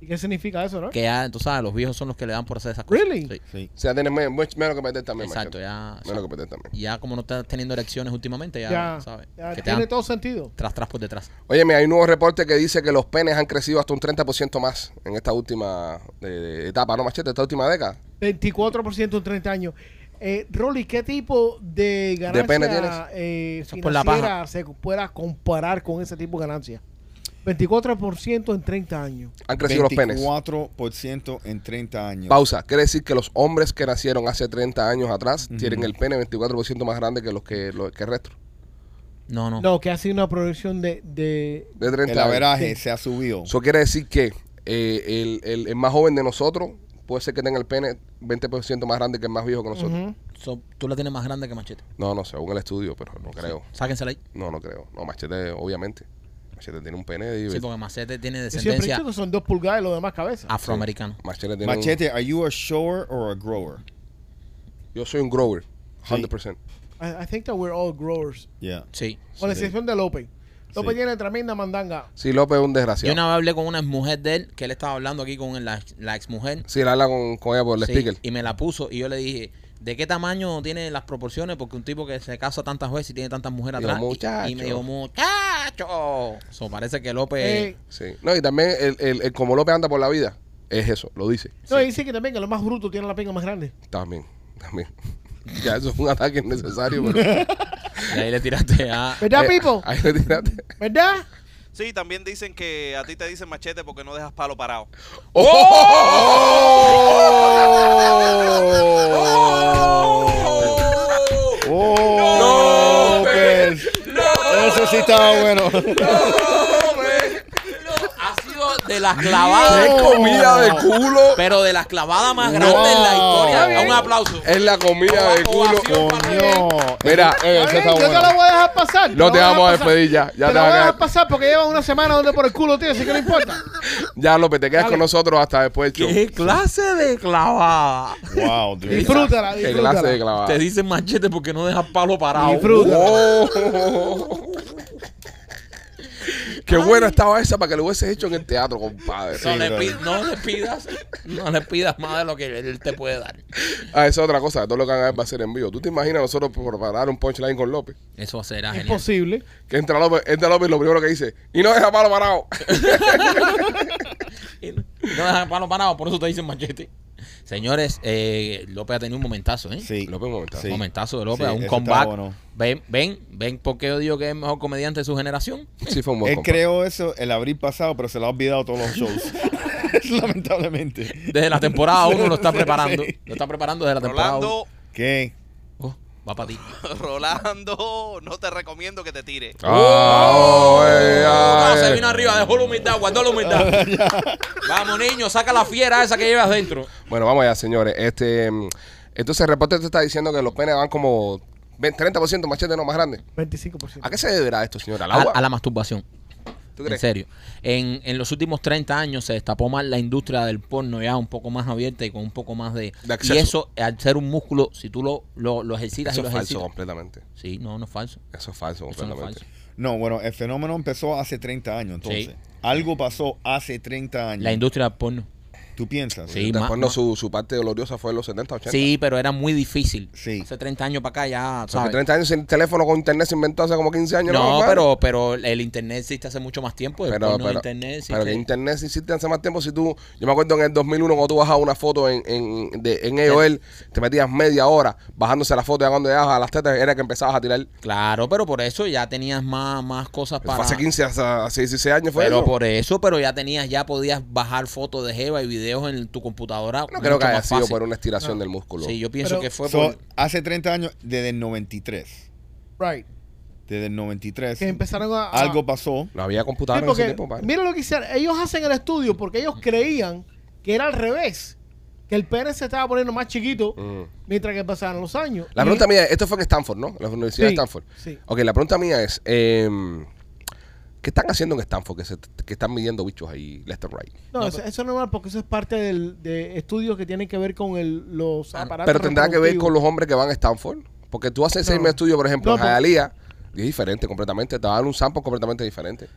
¿Y qué significa eso, no?
Que ya, tú sabes, los viejos son los que le dan por hacer esas cosas.
Really?
Sí.
Sí.
O sea, tiene me- much- menos que meter también,
Exacto,
Machete.
ya.
Menos
sabes.
que meter también.
Ya como no estás teniendo elecciones últimamente, ya,
Ya,
sabes.
ya
que te
tiene
dan
todo sentido.
tras, tras por detrás.
Oye, hay un nuevo reporte que dice que los penes han crecido hasta un 30% más en esta última eh, etapa, ¿no, Machete? Esta última década.
24% en 30 años. Eh, Rolly, ¿qué tipo de
¿De pene tienes?
ganancia eh,
Eso es por la paja.
financiera se pueda comparar con ese tipo de ganancia? 24% en 30 años.
Han crecido los penes.
24% en 30 años.
Pausa. Quiere decir que los hombres que nacieron hace 30 años atrás tienen el pene 24% más grande que los que, los que el resto.
No, no.
No, que ha sido una proyección de, de
De 30
El
años.
averaje se ha subido.
Eso quiere decir que eh, el, el- el más joven de nosotros puede ser que tenga el pene 20% más grande que el más viejo que nosotros.
Ujú.
So, tú la tienes más grande que Machete.
No, no, según el estudio, pero no creo.
Sáquensela ahí.
No, no creo. No, Machete, obviamente. Machete tiene un pene de
Sí, porque Machete tiene
Yo siempre he
descendencia Ah.
dicho que son dos pulgadas y los demás cabezas.
afroamericana.
Machete tiene un-
Machete, ¿are you a shower or a grower?
Yo soy un grower,
Sí.
100%.
I, I think that we're all growers.
Yeah.
Sí.
Con la excepción de López. López
Sí.
tiene tremenda mandanga.
Sí, López es un
Yo
desgraciado.
una vez hablé con una mujer de él, que él estaba hablando aquí con la, la ex mujer.
Sí, la habla con, con ella por el speaker.
y me la puso y yo le dije, ¿de qué tamaño tiene las proporciones? Porque un tipo que se casa tantas veces y tiene tantas mujeres
Digo,
atrás. y-
"Muchacho".
Y, me dijo, muchacho. So, parece que López...
Eh,
Sí. No, y también el, el- el- como López anda por la vida, es eso, lo dice.
no, y dice que también que los más brutos tienen la pinga más grande.
También, también. ya, eso fue un ataque innecesario, pero...
Y ahí le tiraste a...
¿Verdad,
Eh, ah.
Pipo?
Ahí le tiraste.
¿Verdad?
Sí, también dicen que a ti te dicen machete porque no dejas palo parado.
¡Oh!
¡Oh! ¡López! Eso sí estaba bueno.
Ha sido de las clavadas,
¡Qué comida de culo!
pero de las clavadas más grandes en la
Está
historia.
bien.
Un aplauso.
Es la comida de culo.
Ovación para él.
Coño.
Mira,
Eh, eso
Está bien,
está
yo te la
bueno.
voy a dejar pasar.
No
la
te
voy
vamos a
dejar
despedir ya,
pasar.
ya
te
te
la
vas
voy
a
a
caer.
dejar pasar porque lleva una semana donde por el culo tío, así que no importa.
ya, López, te quedas con nosotros hasta después del show.
¿Qué clase de clavada?
Wow, dude.
Disfrútala,
Qué clase de
disfrútala.
clavada.
Te dicen machete porque no dejas palo parado.
Disfrútala.
Oh. Qué buena estaba esa para que lo hubiese hecho en el teatro, compadre.
Sí.
No, le
brother.
pi- no le pidas, no le pidas más de lo que él te puede dar.
Ah, esa es otra cosa, todo lo que van a ver va a ser en vivo. ¿Tú te imaginas nosotros preparar un punchline con López?
Eso será genial.
Imposible.
Que entra López, entra López y lo primero que dice, y no deja palo parado.
Y No no dejan palo parado, por eso te dicen machete. Señores, eh, López ha tenido un momentazo, ¿eh?
Sí.
López, un momento.
Sí.
Momentazo de López,
Sí,
un
eso
comeback.
está bueno.
Ven, ven, ven, porque yo digo que es el mejor comediante de su generación.
Sí, fue un buen
Él
compa.
creó eso el abril pasado, pero se lo ha olvidado todos los shows. Lamentablemente.
Desde la temporada uno lo está
Sí,
preparando.
sí.
Lo está preparando desde la temporada uno.
Rolando,
¿Qué?
Oh, va para ti.
Rolando, no te recomiendo que te tire.
Ah, oh, eh, ah,
Ah, se
eh.
vino arriba, dejó la humildad, guardó la humildad. Vamos, niño, saca la fiera esa que llevas dentro.
Bueno, vamos allá, señores. Este, mm, entonces el reporte te está diciendo que los penes van como 20, 30% machete no más grande.
25%.
¿A qué se deberá esto, señora? ¿Al
A,
agua?
a la masturbación.
¿Tú crees?
En serio. En, en los últimos 30 años se destapó más la industria del porno ya un poco más abierta y con un poco más de...
De acceso.
y eso, al ser un músculo, si tú lo, lo, lo ejercitas
Eso
y
es
lo
falso
ejercitas...
completamente.
Sí, no, no es falso.
Eso es falso
Eso no es
completamente.
falso.
No, bueno, el fenómeno empezó hace 30 años, entonces.
Sí.
Algo pasó hace 30
Mm.
años.
La industria del porno.
¿Tú piensas?
Sí, ma-
Después no,
ma-
su, su parte gloriosa fue en los 70, 80.
Sí, pero era muy difícil.
Sí.
Hace 30 años para acá ya,
Porque
¿sabes?
30 años sin teléfono con internet se inventó hace como 15 años.
No,
compadre?
pero, pero el internet existe hace mucho más tiempo. El
Pero,
porno de
pero,
internet existe.
pero que internet sí existe hace más tiempo. Si tú, yo me acuerdo en el 2001 cuando tú bajabas una foto en, en, de, en AOL, te metías media hora bajándose la foto. Ya cuando llegabas a las tetas era que empezabas a tirar. Eso
Claro, pero por eso ya tenías más, más cosas para...
fue hace 15, hace, hace 16 años fue
Pero
eso.
por eso, pero ya tenías, ya podías bajar fotos de Jeva y videos en tu computadora.
no creo
mucho
que haya
más
sido
fácil.
por una estiración del músculo.
Sí, yo pienso
Pero-
que fue
So,
por.
hace 30 años, desde el 93.
Right.
Desde el 93.
Que empezaron a. a-
Algo pasó.
No había
Sí,
computadora en ese
porque,
tiempo, padre.
mira lo que hicieron. Ellos hacen el estudio porque ellos creían que era al revés. Que el pene se estaba poniendo más chiquito
Mm.
mientras que pasaban los años.
La
Y-
pregunta mía, es- esto fue en Stanford, ¿no? La Universidad
Sí,
de Stanford.
sí.
Ok, la pregunta mía es, eh, ¿qué están haciendo en Stanford? Que, se- que están midiendo bichos ahí, left and right.
No, eso, eso es normal porque eso es parte del, de estudios que tienen que ver con el, los aparatos.
Ah, Pero tendrá que ver
reproductivos.
con los hombres que van a Stanford. Porque tú haces el same estudio, por ejemplo,
No,
en
pues.
pero-
Hialeah, y es diferente completamente. Te va a dar un sample completamente diferente.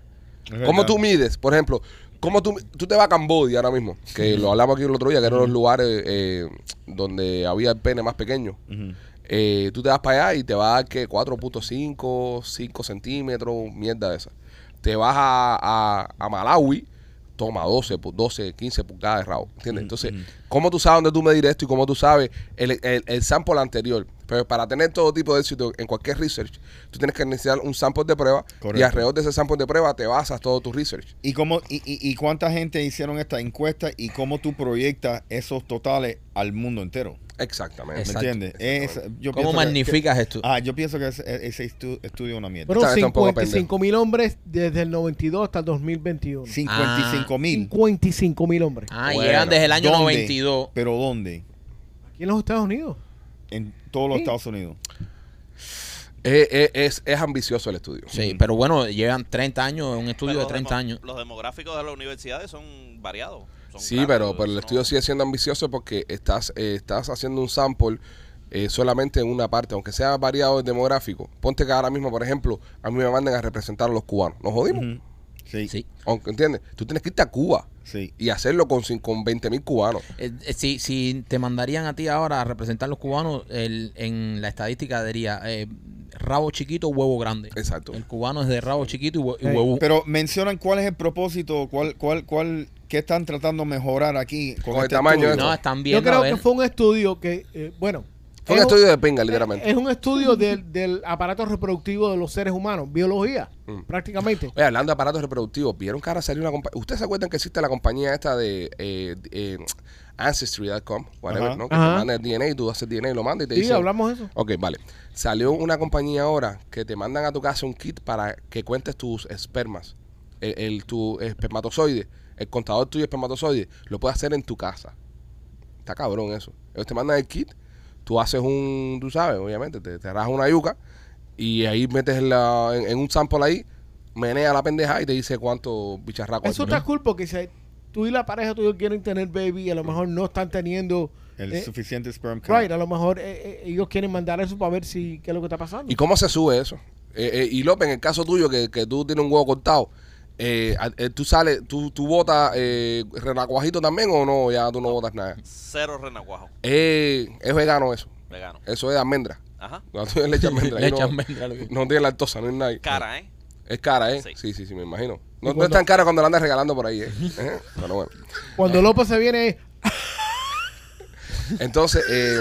¿Cómo tú mides? Por ejemplo, ¿cómo tú, tú te vas a Cambodia ahora mismo? Que lo hablamos aquí el otro día, que eran los lugares eh, donde había el pene más pequeño. Eh, tú te vas para allá y te va a dar que 4.5, 5 centímetros, mierda de esa. Te vas a, a- a Malawi, toma 12, pu- 12, 15 pulgadas de rabo. ¿Entiendes? Entonces, ¿cómo tú sabes dónde tú medir esto y cómo tú sabes el, el- el sample anterior? Pero para tener todo tipo de éxito en cualquier research, tú tienes que iniciar un sample de prueba y
Correcto.
alrededor de ese sample de prueba te basas todo tu research.
¿Y, cómo, y, y- y cuánta gente hicieron esta encuesta y cómo tú proyectas esos totales al mundo entero?
Exactamente.
¿Me
Exacto.
entiendes? Es- yo
¿Cómo
pienso que-
magnificas esto?
que- ah, yo pienso que ese, ese estu- estudio es una mierda.
Bro,
Está- está un poco
55 mil hombres desde el 92 hasta el 2021.
55 mil.
55 mil hombres.
Ah,
Bueno,
llegan desde el año
¿Dónde?
92.
¿Pero dónde?
Aquí en los Estados Unidos.
En todos los
Sí.
Estados Unidos.
Es, es- es- es ambicioso el estudio.
Sí, pero bueno, llevan 30 años, un estudio
Pero
de
los
30
demo-
años.
Los demográficos de las universidades son variados. son
Sí,
grandes,
pero, pero el
son-
estudio sigue siendo ambicioso porque estás, eh, estás haciendo un sample eh, solamente en una parte, aunque sea variado el demográfico. Ponte que ahora mismo, por ejemplo, a mí me manden a representar a los cubanos. Nos jodimos.
Ujú. Sí, sí.
Sí.
Aunque, ¿Entiendes? Tú tienes que irte a Cuba y hacerlo con, cin- con 20 mil cubanos.
Eh, eh, si, si te mandarían a ti ahora a representar los cubanos, el- en la estadística diría eh, rabo chiquito, huevo grande.
Exacto.
El cubano es de rabo chiquito y, hue- y
Sí.
huevo.
Pero mencionan cuál es el propósito, cuál, cuál, cuál, qué están tratando de mejorar aquí con,
Con el
este
tamaño
estudio.
de-
no, están bien.
Yo creo
a ver.
que fue un estudio que, eh, bueno.
Fue un
es
estudio de pinga, literalmente.
Es un estudio del, del aparato reproductivo de los seres humanos, biología,
Mm.
prácticamente.
Oye, hablando de aparatos reproductivos, ¿vieron que ahora salió una compañía? ¿Ustedes se acuerdan que existe la compañía esta de eh, eh, Ancestry.com? Whatever,
Ajá.
¿no? Que
Ajá.
te manda el DNA y tú haces DNA y lo mandas y te
Sí,
dice.
hablamos eso.
Ok, vale. Salió una compañía ahora que te mandan a tu casa un kit para que cuentes tus espermas. El, el- tu espermatozoide, el contador tuyo de espermatozoide, lo puedes hacer en tu casa. Está cabrón eso. Ellos te mandan el kit, tú haces un, tú sabes, obviamente, te, te rajas una yuca y ahí metes la- en, en un sample ahí, menea la pendeja y te dice cuánto bicharraco
Eso
hay.
está cool porque si tú y la pareja tuya quieren tener baby y a lo
Mm.
mejor no están teniendo...
El
eh,
suficiente sperm count.
right, a lo mejor eh, eh, ellos quieren mandar eso para ver si qué es lo que está pasando.
¿Y cómo se sube eso? Eh, eh, y López, en el caso tuyo, que, que tú tienes un huevo cortado, eh, a- eh, ¿tú sales, tú, tú botas eh, renacuajito también o no? Ya tú no botas nada.
Cero renacuajo,
Eh, es vegano eso.
vegano.
Eso es almendra.
Ajá.
No, tú tienes leche almendra. ahí
Leche
no,
almendra, lo que-
no tiene lactosa, no es nada.
Cara, ¿eh?
Es cara, ¿eh? Sí,
Sí.
sí, sí, me imagino. No, no es tan cara cuando la andas regalando por ahí, ¿eh? Ajá. Pero bueno.
Cuando López se viene,
Entonces, eh,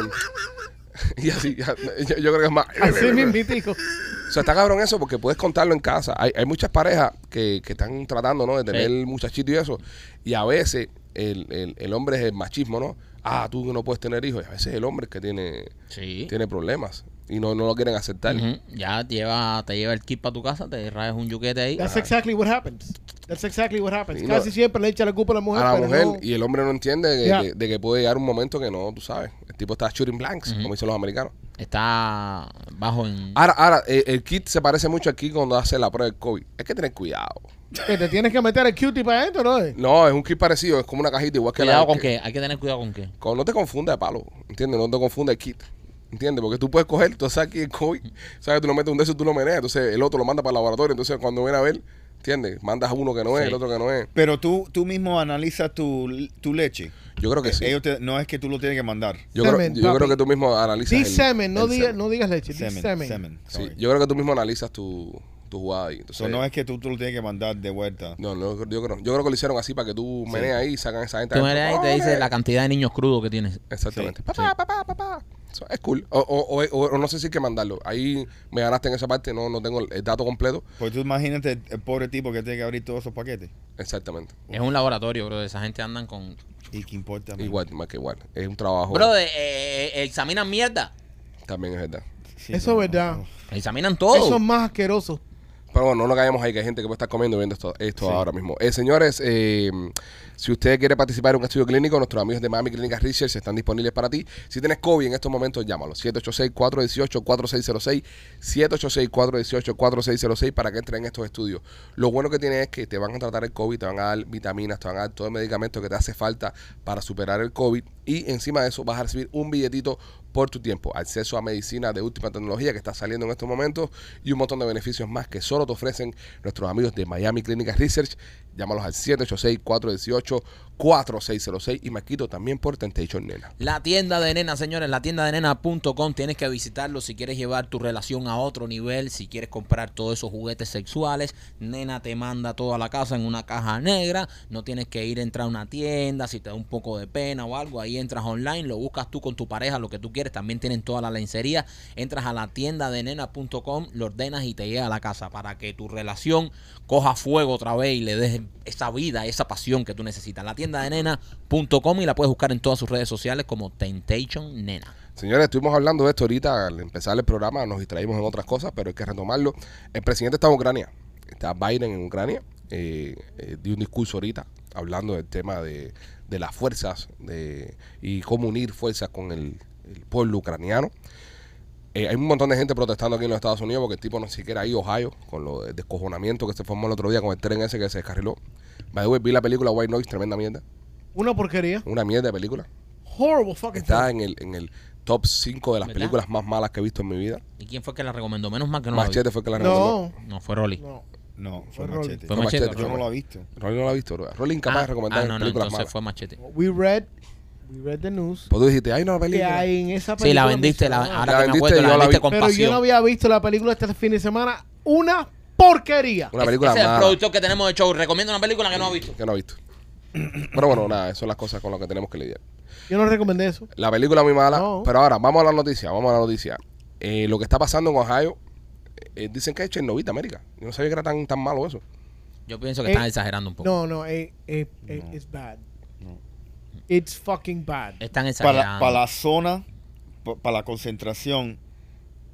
y así, ya, yo, yo creo que es más.
así mismitico.
O sea, está cabrón eso porque puedes contarlo en casa. Hay, hay muchas parejas que, que están tratando, ¿no? De tener
Sí.
muchachito y eso. Y a veces el, el- el hombre es el machismo, ¿no? Ah, tú no puedes tener hijos. Y a veces el hombre es que tiene,
Sí.
tiene problemas y no, no lo quieren aceptar.
Ujú. Ya te lleva, te lleva el kit para tu casa, te raes un yuquete ahí.
That's exactly what happens. That's exactly what happens.
Sí, no.
Casi siempre le echa la culpa a la mujer.
A la
pero
mujer
no.
y el hombre no entiende de,
Ya.
que, de que puede llegar un momento que no, tú sabes. El tipo está shooting blanks, como dicen los americanos.
Está bajo en.
Ahora, ahora eh, el kit se parece mucho aquí cuando hace la prueba del COVID. Hay que tener cuidado.
Que te tienes que meter el cutie para adentro, ¿no?
No, es un kit parecido, es como una cajita igual que la
cuidado con
que-
qué. Hay que tener cuidado con qué.
Con- no te confunda de palo, ¿entiendes? No te confunda de kit, ¿entiendes? Porque tú puedes coger, tú sabes aquí el COVID, ¿sabes? Tú lo metes un de esos, tú lo meneas, entonces el otro lo manda para el laboratorio, entonces cuando viene a ver, ¿entiendes? Mandas a uno que no es,
Sí.
el otro que no es.
Pero tú, tú mismo analizas tu, tu leche.
Yo
Eh,
creo que sí.
Ellos te- no es que tú lo tienes que mandar.
Yo, creo,
Semen,
yo creo
papi.
que tú mismo analizas.
Di
el-
semen, no,
el
diga-
semen.
no digas leche, di
Semen.
semen.
Semen.
Sí,
correcto.
yo creo que tú mismo analizas tu, tu jugada ahí. Entonces,
So, no es que tú, tú lo tienes que mandar de vuelta.
no, no, yo creo, yo creo que lo hicieron así para que tú meneas ahí y sacan esa gente.
Tú
adentro.
eres ahí y te
¡Ole!
dice la cantidad de niños crudos que tienes.
Exactamente.
Sí,
papá, papá, papá. Eso es cool. O, o- o- o- o no sé si hay que mandarlo. Ahí me ganaste en esa parte, no, no tengo el- el dato completo.
Pues tú imagínate el, el pobre tipo que tiene que abrir todos esos paquetes.
Exactamente.
Es un laboratorio, bro. Esa gente andan con.
¿Y qué importa? man?
Igual, más que igual. Es un trabajo.
Bro, eh, eh, examinan mierda.
También es verdad.
Sí,
Eso
no,
es verdad.
no.
Examinan
Oh.
todo.
Eso es más asqueroso.
Pero bueno, no nos caigamos ahí, que hay gente que puede estar comiendo y viendo esto, esto ahora mismo. Eh, señores, eh, si usted quiere participar en un estudio clínico, nuestros amigos de Miami Clínica Research están disponibles para ti. Si tienes COVID en estos momentos, llámalo. 786-418-4606. 786-418-4606 para que entren en estos estudios. Lo bueno que tiene es que te van a tratar el COVID, te van a dar vitaminas, te van a dar todo el medicamento que te hace falta para superar el COVID. Y encima de eso vas a recibir un billetito por tu tiempo. Acceso a medicina de última tecnología que está saliendo en estos momentos y un montón de beneficios más que solo te ofrecen nuestros amigos de Miami Clinic Research. Llámalos al 786-418-4606 y Maquito también por Tentation Nena.
La tienda de nena, señores, la tienda de nena.com. Tienes que visitarlo si quieres llevar tu relación a otro nivel, si quieres comprar todos esos juguetes sexuales. Nena te manda toda la casa en una caja negra. No tienes que ir a entrar a una tienda si te da un poco de pena o algo. Ahí entras online, lo buscas tú con tu pareja, lo que tú quieres. También tienen toda la lencería. Entras a la tienda de nena.com, lo ordenas y te llega a la casa para que tu relación coja fuego otra vez y le des esa vida, esa pasión que tú necesitas. La tienda de nena.com y la puedes buscar en todas sus redes sociales como Temptation Nena.
Señores, estuvimos hablando de esto ahorita al empezar el programa, nos distraímos en otras cosas, pero hay que retomarlo. El presidente está en Ucrania, está Biden en Ucrania, eh, eh, dio un discurso ahorita hablando del tema de, de las fuerzas de, y cómo unir fuerzas con el, el pueblo ucraniano. Eh, hay un montón de gente protestando aquí en los Estados Unidos porque el tipo no siquiera ahí, Ohio, con lo de descojonamiento que se formó el otro día con el tren ese que se descarriló. By the way, vi la película White Noise, tremenda mierda.
Una porquería.
Una mierda de película.
Horrible fucking
Está
thing.
en el, en el top 5 de las
¿Verdad?
películas más malas que he visto en mi vida.
¿Y quién fue que la recomendó? Menos mal que no la
Machete fue el que la recomendó.
No,
vi. No, fue Rolly.
no.
No, fue
Fue Rolly.
Machete.
Fue
Fue
Machete.
Machete,
Yo no
Rolly.
lo he visto.
Rolly no la ha visto, bro. Rolly incapaz de recomendar
Ah, no, no,
películas
entonces
malas.
fue Machete.
We read, we read the news.
Pues tú dijiste, ay, no, la
Que
película.
hay en esa
Sí,
película.
la vendiste, la, ahora
Ah.
La
que me
vendiste,
acuerdo,
yo
la
la
vendiste
vi.
con
Pero yo
pasión.
no había visto la película este fin de semana. Una porquería.
Una película
Ese es el
mala.
productor que tenemos de show. Recomienda una película que no ha visto.
Que no ha visto. Pero bueno, nada, esas son las cosas con las que tenemos que lidiar.
Yo no recomendé eso.
La película muy mala.
No.
Pero ahora, vamos a la noticia, vamos a la noticia. Eh, lo que está pasando en Ohio, eh, dicen que es Chernobyl de América. Yo no sabía que era tan, tan malo eso.
Yo pienso que
Eh,
están exagerando un poco.
No, no, eh, eh, eh,
No.
it's bad.
No.
It's fucking bad.
Están
Para,
exagerando.
la- para la zona, pa- para la concentración,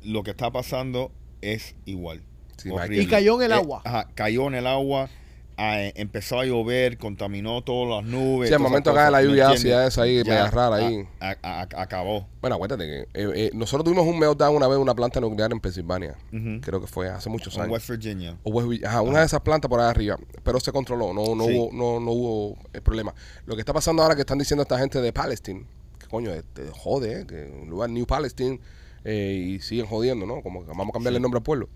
lo que está pasando es igual.
Sí,
Horrible.
Michael.
Y cayó en el
Eh,
agua.
ajá, cayó en el agua, ah, eh, empezó a llover, contaminó todas las nubes.
Sí, al
todas esas
momento cae
cosas,
la
¿me
lluvia
entiendes?
ácida esa ahí,
Ya,
media rara ahí.
a- a- a- acabó.
Bueno, acuérdate que eh, eh, nosotros tuvimos un meltdown una vez en una planta nuclear en Pensilvania.
Mm.
Ujú.
Creo que fue hace muchos
En
años.
West Virginia.
O West Virginia. Ajá, una de esas plantas por allá arriba. Pero se controló, no, no
Sí.
hubo, no, no hubo eh, problema. Lo que está pasando ahora que están diciendo esta gente de Palestine, que coño, este, jode, eh, que un lugar New Palestine, eh, y siguen jodiendo, ¿no? Como que vamos a cambiarle el nombre al pueblo.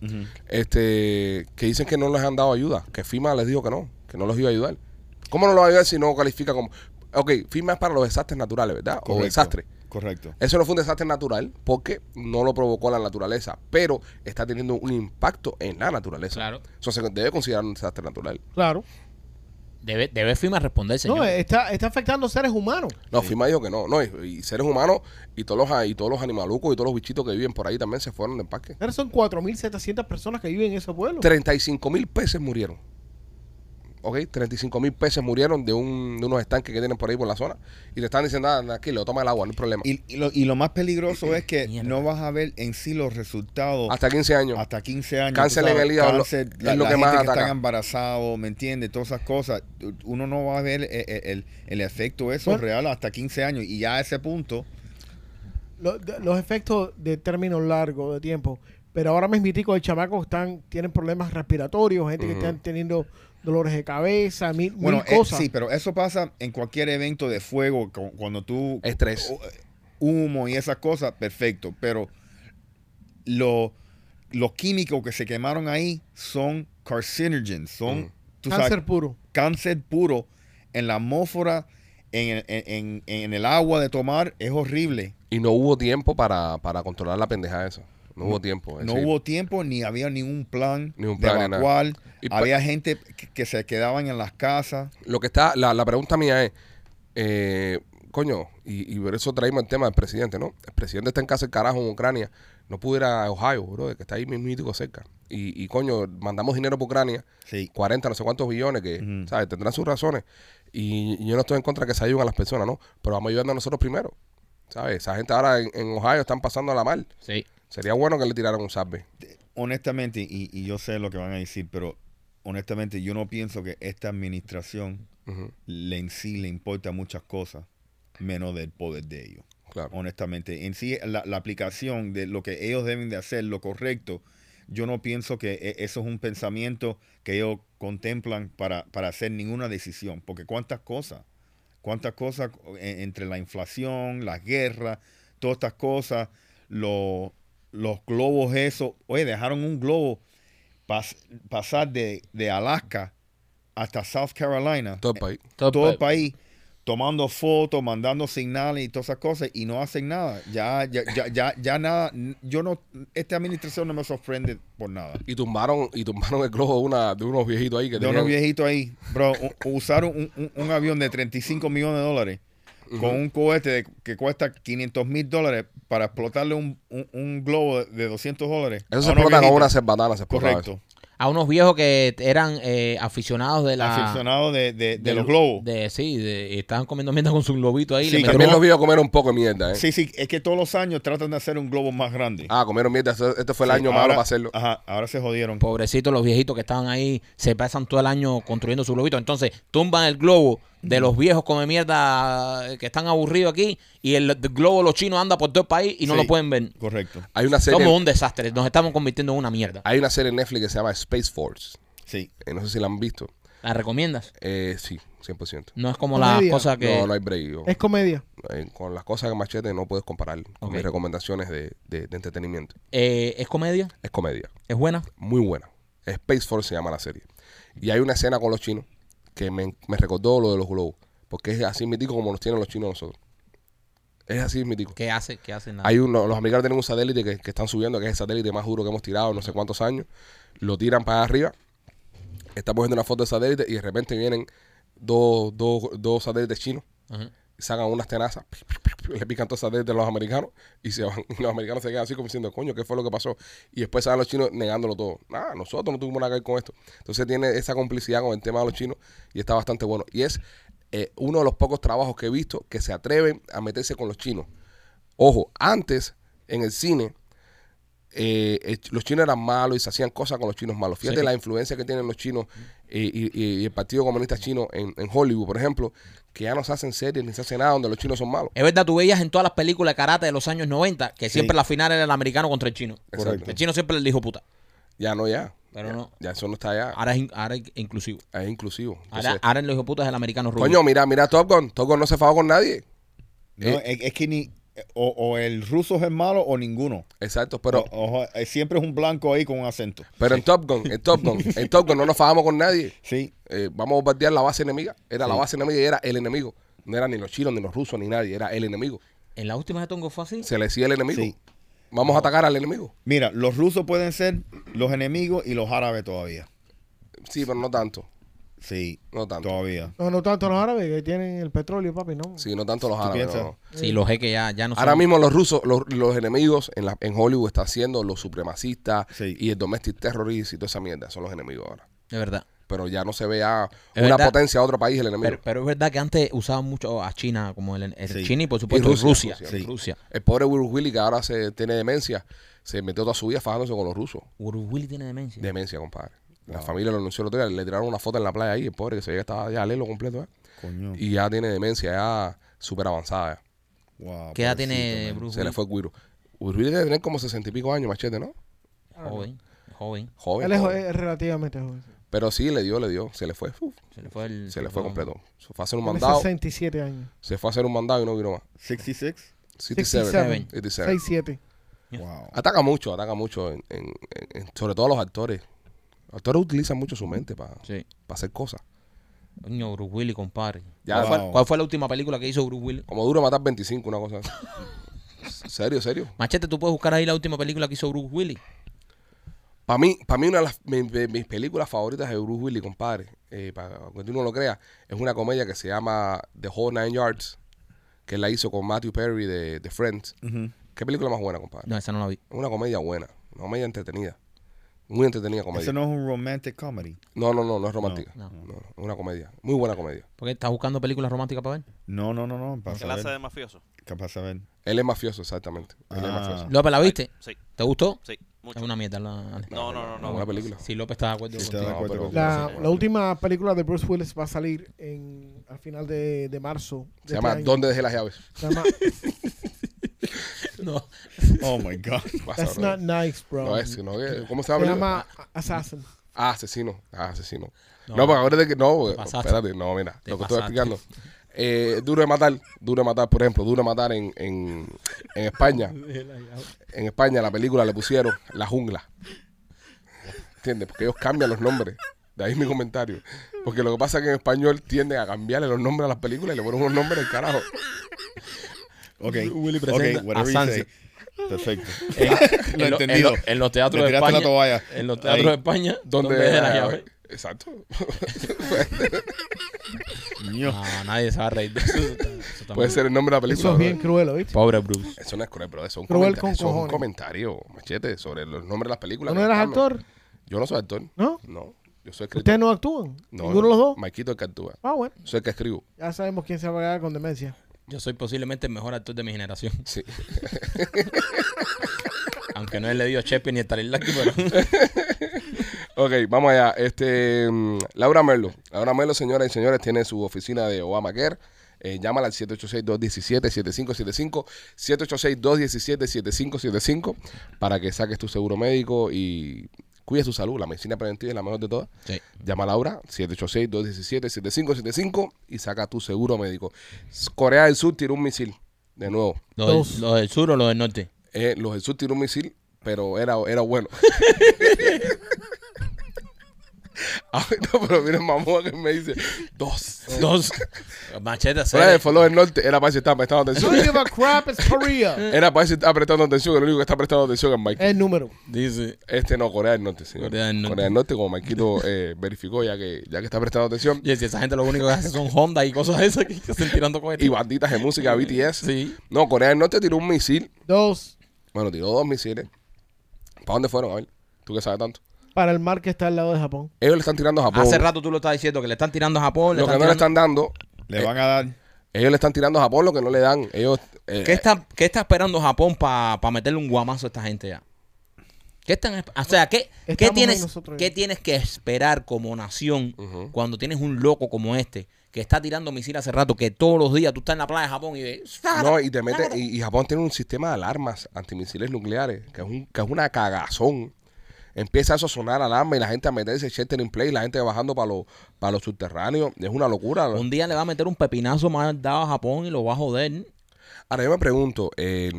Este, que dicen que no les han dado ayuda, que FIMA les dijo que no, que no los iba a ayudar. ¿Cómo no los va a ayudar si no califica como... Ok, FIMA es para los desastres naturales, ¿verdad? O desastres.
Correcto.
Eso no fue un desastre natural porque no lo provocó la naturaleza, pero está teniendo un impacto en la naturaleza.
Claro.
Eso se debe considerar un desastre natural.
Claro.
Debe, debe firma responder, señor.
No, eh, está, está afectando seres humanos.
No, FIMA dijo que no. No, y, y seres humanos y todos los, y todos los animalucos y todos los bichitos que viven por ahí también se fueron del parque.
Ahora Son 4.700 personas que viven en ese pueblo.
35 mil peces murieron. ¿Ok? 35 mil peces murieron de, un, de unos estanques que tienen por ahí por la zona. Y te están diciendo, ah, tranquilo, toma el agua, no hay problema.
Y, y lo, y lo más peligroso es que
Mierda.
no vas a ver en sí los resultados
Hasta 15 años.
hasta 15 años.
Cáncer
tú sabes,
en el hígado, lo-
cáncer,
es
la,
lo
la
que más
gente que
ataca.
están embarazados, ¿me entiendes? Todas esas cosas. tú- Uno no va a ver el, el- el efecto eso
Bueno.
real hasta 15 años. Y ya a ese punto,
Lo- de- los efectos de término largo de tiempo. Pero ahora mismitico de chamacos están, tienen problemas respiratorios, gente
Ujú.
que están teniendo dolores de cabeza, mil, mil
bueno, eh,
cosas.
sí, pero eso pasa en cualquier evento de fuego, cu- cuando tú...
Estrés.
o- eh, Humo y esas cosas, perfecto. Pero lo- los químicos que se quemaron ahí son carcinogens, son...
Mm.
tú sabes,
Cáncer puro.
cáncer puro en la atmósfera, en, en- en- en el agua de tomar, es horrible.
Y no hubo tiempo para, para controlar la pendeja esa. No hubo tiempo. es
No
decir,
hubo tiempo, ni había ningún plan,
Pues Ni un plan, ni
de
nada.
evacuar.
Y pa-
había gente que, que se quedaban en las casas.
Lo que está, la, la pregunta mía es, eh, coño, y, y por eso traímos el tema del presidente, ¿no? El presidente está en casa el carajo en Ucrania, no pudo ir a Ohio, bro, que está ahí mismito cerca. Y, y coño, mandamos dinero para Ucrania,
Sí.
40, no sé cuántos billones, que,
Ujú.
¿sabes? Tendrán sus razones. Y, y yo no estoy en contra de que se ayuden a las personas, ¿no? Pero vamos ayudando a nosotros primero, ¿sabes? Esa gente ahora en, en Ohio están pasando a la mal.
Sí.
Sería bueno que le tiraran un salve.
Honestamente, y, y yo sé lo que van a decir, pero honestamente yo no pienso que esta administración
Ujú,
le, en sí le importa muchas cosas, menos del poder de ellos.
Claro.
honestamente. En sí, la, la aplicación de lo que ellos deben de hacer, lo correcto, yo no pienso que e- eso es un pensamiento que ellos contemplan para, para hacer ninguna decisión, e, porque cuántas cosas, cuántas cosas eh, entre la inflación, las guerras, todas estas cosas, los, los globos esos. Oye, dejaron un globo pas- pasar de, de Alaska hasta South Carolina.
Todo el país.
Todo
todo el
pa-
país tomando fotos, mandando señales y todas esas cosas y no hacen nada. Ya, ya, ya, ya, ya nada. Yo no, esta administración no me sorprende por nada.
Y tumbaron, y tumbaron el globo de, una, de unos viejitos ahí que
De
tenían-
unos viejitos ahí, bro, u- usaron un, un- un avión de 35 millones de dólares con un cohete de- que cuesta 500 mil dólares para explotarle un, un- un globo de 200 dólares.
Eso se
a unos
explota con
viejitos.
una cerbatana, se explota
Correcto.
A unos viejos que eran eh, aficionados de la.
Aficionado de, de- de
del-
los globos.
De, sí, de, y estaban comiendo mierda con su globito ahí.
Sí,
le
Y
metieron-
también los vio comer un poco de mierda, ¿eh?
Sí, sí, es que todos los años tratan de hacer un globo más grande.
Ah, comieron mierda. Esto- Este fue el
Sí,
año malo
ahora- ah.
para hacerlo.
Ajá, ahora se jodieron.
Pobrecitos los viejitos que estaban ahí, se pasan todo el año construyendo su globito. Entonces, tumban el globo de los viejos come mierda eh, que están aburridos aquí y el, el globo de los chinos anda por todo el país y no
Sí.
lo pueden ver.
Correcto.
Hay una serie.
Somos un desastre, nos estamos convirtiendo en una mierda.
Hay una serie en Netflix que se llama Space Force.
Sí.
Eh, no sé si la han visto.
¿La recomiendas?
Eh, sí, 100%.
No es como las
Comedia.
cosas Ah, que...
No, no hay break. yo-
Es comedia.
eh, con las cosas que machete no puedes comparar con
Ok.
mis recomendaciones de, de- de entretenimiento.
Eh, ¿Es comedia?
Es comedia.
¿Es buena?
Muy buena. Space Force se llama la serie. Y hay una escena con los chinos que me, me recordó lo de los globos. Porque es así mítico como los tienen los chinos a nosotros. Es así mítico.
¿Qué hace? ¿Qué hace? Nada.
Hay uno, los americanos tienen un satélite que, que están subiendo, que es el satélite más duro que hemos tirado en no sé cuántos años. Lo tiran para arriba. Estamos viendo una foto del satélite y de repente vienen dos, dos, dos satélites chinos,
Ajá.
sacan unas tenazas, le pican todos los satélites a los americanos y se van. Y los americanos se quedan así como diciendo, coño, ¿qué fue lo que pasó? Y después salen los chinos negándolo todo. Nada, nosotros no tuvimos nada que ver con esto. Entonces tiene esa complicidad con el tema de los chinos y está bastante bueno. Y es eh, uno de los pocos trabajos que he visto que se atreven a meterse con los chinos. Ojo, antes en el cine eh, eh, los chinos eran malos y se hacían cosas con los chinos malos. Fíjate
Sí.
la influencia que tienen los chinos eh, y, y- y el Partido Comunista Chino en, en Hollywood, por ejemplo, que ya no se hacen series ni se hace nada donde los chinos son malos.
Es verdad, tú veías en todas las películas de karate de los años 90 que siempre la final era el americano contra el chino.
Exacto.
Correcto.
El chino siempre le dijo puta.
Ya no, ya.
Pero
ya,
no.
ya eso no está
Ah.
ya.
Ahora es, in- ahora es inclusivo.
Es inclusivo.
Ahora,
Entonces,
ahora el hijo puta es el americano rubio.
coño, mira, mira Top Gun. Top Gun no se fajó con nadie.
No,
Eh,
es, es que ni. O, o el ruso es el malo o ninguno.
Exacto, pero,
O- ojo, eh, siempre es un blanco ahí con un acento.
pero en Top Gun, en Top Gun, en Top Gun no nos fajamos con nadie.
Sí.
eh, vamos a bombardear la base enemiga. Era la base enemiga y era el enemigo. No era ni los chinos, ni los rusos, ni nadie. Era el enemigo.
En la última de Tongo fue así.
Se le decía el enemigo.
Sí.
Vamos a atacar al enemigo.
Mira, los rusos pueden ser los enemigos y los árabes todavía.
Sí, pero no tanto.
Sí.
No tanto.
Todavía.
No, no tanto los árabes que tienen el petróleo, papi, no.
Sí, no tanto los
¿Tú
árabes.
piensas?
no, no.
Sí, los es que ya, ya no son-
Ahora mismo los rusos, los, los enemigos en, la- en Hollywood están siendo los supremacistas
Sí.
y el domestic terrorist y toda esa mierda. Son los enemigos ahora.
Es verdad.
Pero ya no se ve a
Es
una
verdad.
potencia a otro país el enemigo.
Pero, pero es verdad que antes usaban mucho a China como el, el
Sí.
China y por supuesto
Y
Rusia.
Rusia,
Rusia.
Rusia.
Sí.
el pobre Will Willy que ahora se tiene demencia, se metió toda su vida fajándose con los rusos.
Uruguay tiene demencia.
Demencia, compadre. La familia lo anunció el otro día, le tiraron una foto en la playa ahí, el pobre que se veía que estaba ya lelo completo, ¿eh?
Mm.
Coño.
Y ya tiene demencia, ya súper avanzada. ya.
Wow,
¿Qué edad
pobrecito,
tiene
man.
Bruce
Se le fue el guiro. Urbil debe tener como sesenta y pico años, machete, ¿no?
Joven, joven.
Joven.
Él es, eh.
joven.
es relativamente joven.
Pero sí, le dio, le dio, se le fue. Uf,
Se le fue el.
se le fue completo. Se fue a hacer un
Tiene
mandado,
67 años.
se fue a hacer un mandado y no vino más.
66.
67.
67.
87.
67.
Wow.
Ataca mucho, ataca mucho, en- en- en- en- sobre todo a los actores. Los actores utilizan mucho su mente para
Sí.
hacer cosas.
Coño, Bruce Willis, compadre.
Ya,
¿Cuál,
wow.
cuál fue la última película que hizo Bruce Willis?
Como duro matar 25, una cosa así. serio, serio.
Machete, tú puedes buscar ahí la última película que hizo Bruce Willis.
Para mí, para mí una de las- mi- mi- mis películas favoritas de Bruce Willis, compadre, eh, para que uno lo crea, es una comedia que se llama The Whole Nine Yards, que la hizo con Matthew Perry de, de Friends. ¿Qué película más buena, compadre?
No, esa no la vi.
Una comedia buena, una comedia entretenida. Muy entretenida comedia.
Eso
No...
no es un romantic comedy.
no, no, no, es romántica.
No,
No,
no.
no, es una comedia. Muy buena comedia.
Porque estás buscando películas románticas para ver.
No, no, no, no.
¿Qué
Para
la hace de
saber.
mafioso?
Capaz saber.
Él es mafioso, exactamente. Él es
Ah.
mafioso.
López, ¿la viste?
Sí,
¿Te gustó?
sí, mucho.
Es una mierda. la-
No, no, no,
Una
no.
buena película.
Sí, López está de acuerdo
Sí, está
contigo.
de acuerdo
pero-
contigo.
La,
Sí.
la última película de Bruce Willis va a salir en, al final de, de marzo. de
Se
este
llama
año.
¿Dónde dejé las llaves?
Se llama
No.
Oh my God.
Pasa,
That's
bro.
not nice, bro.
No es, sino que- ¿Cómo se
Se
llama? la
llama Assassin.
Ah, asesino. Ah, asesino.
No.
No, pero ahora de que. No,
pasaste.
espérate. No, mira.
Te
lo que estoy
pasaste.
explicando. Eh, duro de matar, duro de matar, por ejemplo, duro de matar en, en, en España. En España la película le pusieron La Jungla. ¿Entiendes? Porque ellos cambian los nombres. De ahí mi comentario. Porque lo que pasa es que en español tienden a cambiarle los nombres a las películas y le ponen unos nombres del carajo.
Ok,
Willy
okay
presenta
whatever
a
you
Sansa.
say. Perfecto.
En, en
Lo
lo- en
entendido.
lo- en los teatros
Le
de
tiraste la
España.
toalla.
En los teatros de
Ahí.
España.
Donde eh,
¿Dónde es la llave?
Exacto.
Ño.
No, nadie se va a reír de eso. Eso está- eso está
Puede
mal.
ser el nombre de la película.
Eso es
bro.
bien cruel, ¿viste?
Pobre Bruce.
Eso no es cruel, bro. Eso es un,
Cruel
comentario,
con
eso es un
cojones.
comentario, machete, sobre los nombres de las películas.
¿No
que
eras
nos cambian.
actor?
Yo no soy actor.
¿No?
No. Yo soy escritor.
¿Ustedes no actúan?
No,
¿Ninguno de los dos?
Maikito es el que actúa.
Ah, bueno.
Soy el que escribo.
Ya sabemos quién se va a quedar con demencia.
Yo soy posiblemente el mejor actor de mi generación.
Sí.
Aunque no he leído Chepe ni el Tarilaki, pero.
Ok, vamos allá. Este, mm, Laura Merlo. Laura Merlo, señoras y señores, tiene su oficina de Obamacare. Eh, llámala al 786-217-7575, 786-217-7575 para que saques tu seguro médico y cuides tu salud. La medicina preventiva es la mejor de todas.
Sí.
Llama a Laura, 786-217-7575 y saca tu seguro médico. S- Corea del Sur tiró un misil, de nuevo.
¿Lo del-
Dos.
¿Lo del sur o lo del norte?
Eh, los del Sur tiró un misil, pero era, era bueno. Ah, no, pero miren, mamón, que me dice dos.
Dos. Machetas.
Fuera de Follow del Norte, era para eso que estaba prestando
Don't
atención.
give a crap, it's Korea.
Era para eso que estaba prestando atención, el único que está prestando atención es Mike.
El número.
Dice.
Este no, Corea del Norte, señor.
Eh. Corea del Norte.
como Maikito eh, verificó, ya que, ya que está prestando atención.
Y si esa gente lo único que hace son Honda y cosas de esas que están tirando este cohetes.
Y banditas de música, BTS.
Eh, Sí.
No, Corea del Norte tiró un misil.
Dos.
Bueno, tiró dos misiles. ¿Para dónde fueron? A ver, tú que sabes tanto.
Para el mar que está al lado de Japón.
Ellos le están tirando a Japón.
Hace rato tú lo estás diciendo que le están tirando a Japón. Le
Lo que
están
no le
tirando-
están dando
Le van a
Eh,
dar.
Ellos le están tirando a Japón lo que no le dan. Ellos. eh,
¿Qué, está, ¿Qué está esperando Japón para meterle un guamazo a esta gente ya? ¿Qué están, esp- o sea, ¿qué,
Estamos
qué
ahí
tienes,
nosotros ya.
¿qué tienes que esperar como nación
Ujú.
cuando tienes un loco como este que está tirando misiles hace rato, que todos los días tú estás en la playa de Japón y de...
No, y te meten. Y, y Japón tiene un sistema de alarmas antimisiles nucleares, que es, un, que es una cagazón. Empieza eso a sonar alarma y la gente a meterse shelter in place, la gente bajando para los para los subterráneos. Es una locura.
Un día le va a meter un pepinazo más dado a Japón y lo va a joder.
Ahora yo me pregunto, eh,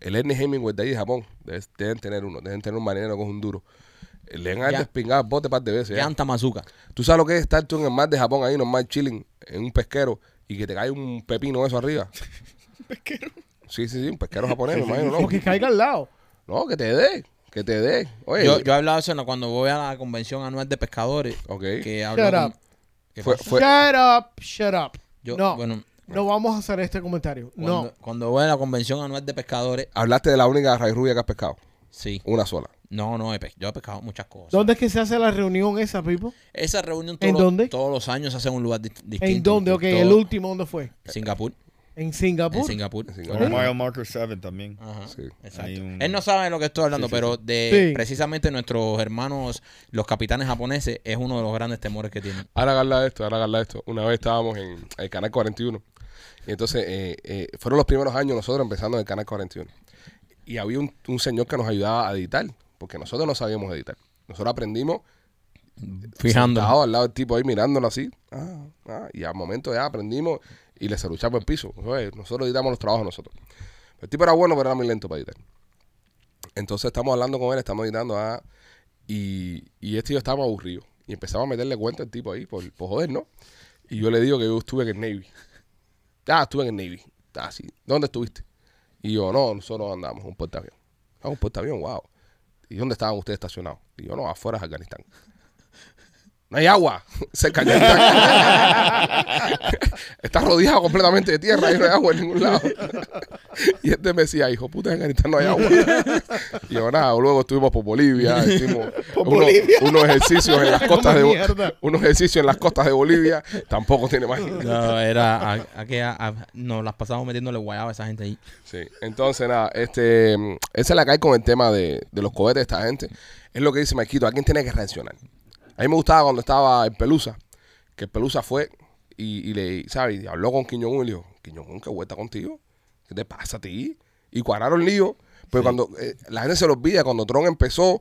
el Ernest Hemingway de ahí de Japón, deben, deben tener uno, deben tener un marinero que es un duro. Eh, Le han
Ya.
despingado el bote un par de veces.
Que
ya.
anta mazuca.
¿Tú sabes lo que es estar tú en el mar de Japón ahí normal chilling en un pesquero y que te cae un pepino eso arriba? ¿Pesquero? Sí, sí, sí, un pesquero japonés, me imagino,
O
¿no?
que caiga al lado.
No, que te dé, que te dé. Oye,
Yo, yo he hablado de eso ¿no? cuando voy a la convención anual de pescadores.
Ok.
Que hablo
Shut
con-
up.
¿Qué
fue,
pasa?
fue-
Shut up, shut up.
Yo-
no,
bueno,
no vamos a hacer este comentario.
cuando,
No.
cuando voy a la convención anual de pescadores,
hablaste de la única raíz rubia que has pescado,
sí.
una sola.
No, no, he pe- yo he pescado muchas cosas.
¿Dónde es que se hace la reunión esa, Pipo?
Esa reunión
¿En
todos, los-
dónde?
todos los años se hace en un lugar di- distinto.
¿En dónde? Ok,
Todo-
el último, ¿dónde fue?
Singapur.
¿En Singapur?
En Singapur.
En
O
Singapur.
Mile Marker 7 también.
Ajá,
Sí.
Hay
exacto.
un-
Él no sabe de lo que estoy hablando, pero de
Sí.
precisamente nuestros hermanos, los capitanes japoneses, es uno de los grandes temores que tienen.
Ahora habla de esto, ahora habla de esto. Una vez estábamos en el Canal 41. Y entonces eh, eh, fueron los primeros años nosotros empezando en el Canal 41. Y había un, un señor que nos ayudaba a editar, porque nosotros no sabíamos editar. Nosotros aprendimos
Fijando.
sentado al lado del tipo ahí mirándolo así. Ah, ah, y al momento ya aprendimos y le cerruchamos el piso. Oye, nosotros editamos los trabajos nosotros. El tipo era bueno, pero era muy lento para editar. Entonces estamos hablando con él, estamos editando. ah, y, y este y yo estábamos aburridos. Y empezamos a meterle cuenta al tipo ahí, por, por joder, ¿no? Y yo le digo que yo estuve en el Navy. Ah, estuve en el Navy. Ah, sí. ¿Dónde estuviste? Y yo, no, nosotros andamos en un portaavión. Ah, un portaavión, wow. ¿Y dónde estaban ustedes estacionados? Y yo, no, afuera de Afganistán. No hay agua. Cerca de Afganistán. Está rodeado completamente de tierra y no hay agua en ningún lado. y este me decía, hijo puta, en Afganistán no hay agua. y yo, nada, luego estuvimos por Bolivia, hicimos unos- unos ejercicios en las costas de Bo-
mierda.
unos ejercicios en las costas de Bolivia. Tampoco tiene más.
No, era a, a que a- a- nos las pasamos metiéndole guayaba a esa gente ahí.
Sí, entonces nada, este, mm, esa es la que hay con el tema de, de los cohetes de esta gente. Es lo que dice Maquito, alguien tiene que reaccionar. A mí me gustaba cuando estaba en Pelusa, que Pelusa fue y, y le, ¿sabes? Y habló con Quiñón y le dijo, Quiñón, qué vuelta contigo, ¿qué te pasa a ti? Y cuadraron lío, pero cuando eh, la gente se lo olvida, cuando Trump empezó,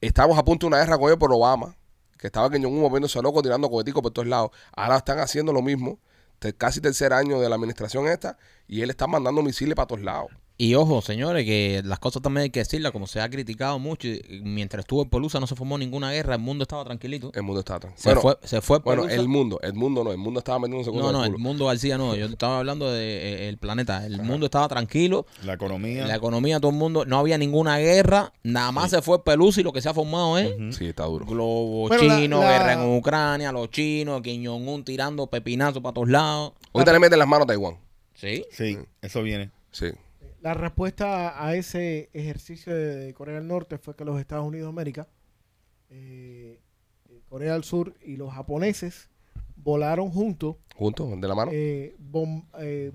estábamos a punto de una guerra con él por Obama, que estaba Kim Jong-un moviéndose loco, tirando coheticos por todos lados. Ahora están haciendo lo mismo, te- casi tercer año de la administración esta y él está mandando misiles para todos lados.
Y ojo, señores, que las cosas también hay que decirlas, como se ha criticado mucho, y- y mientras estuvo en Pelusa no se formó ninguna guerra, el mundo estaba tranquilito.
El mundo está tranquilo.
Se fue- se fue
bueno,
Pelusa.
el mundo, el mundo no, el mundo estaba metiendo un segundo
No, no,
de
el
culo.
mundo García no, yo estaba hablando del planeta, el mundo estaba tranquilo,
La economía.
la economía, todo el mundo, no había ninguna guerra, nada más se fue Pelusa y lo que se ha formado es
Sí, está duro.
Mm. globo
Bueno, la-
chino,
la-
guerra en Ucrania, los chinos, Kim Jong-un tirando pepinazos para todos lados.
Ahorita le meten las manos a Taiwán.
Sí.
sí,
Mm.
eso viene.
Sí.
La respuesta a ese ejercicio de Corea del Norte fue que los Estados Unidos de América, eh, Corea del Sur y los japoneses volaron juntos
Juntos, de la mano.
eh, bom- eh,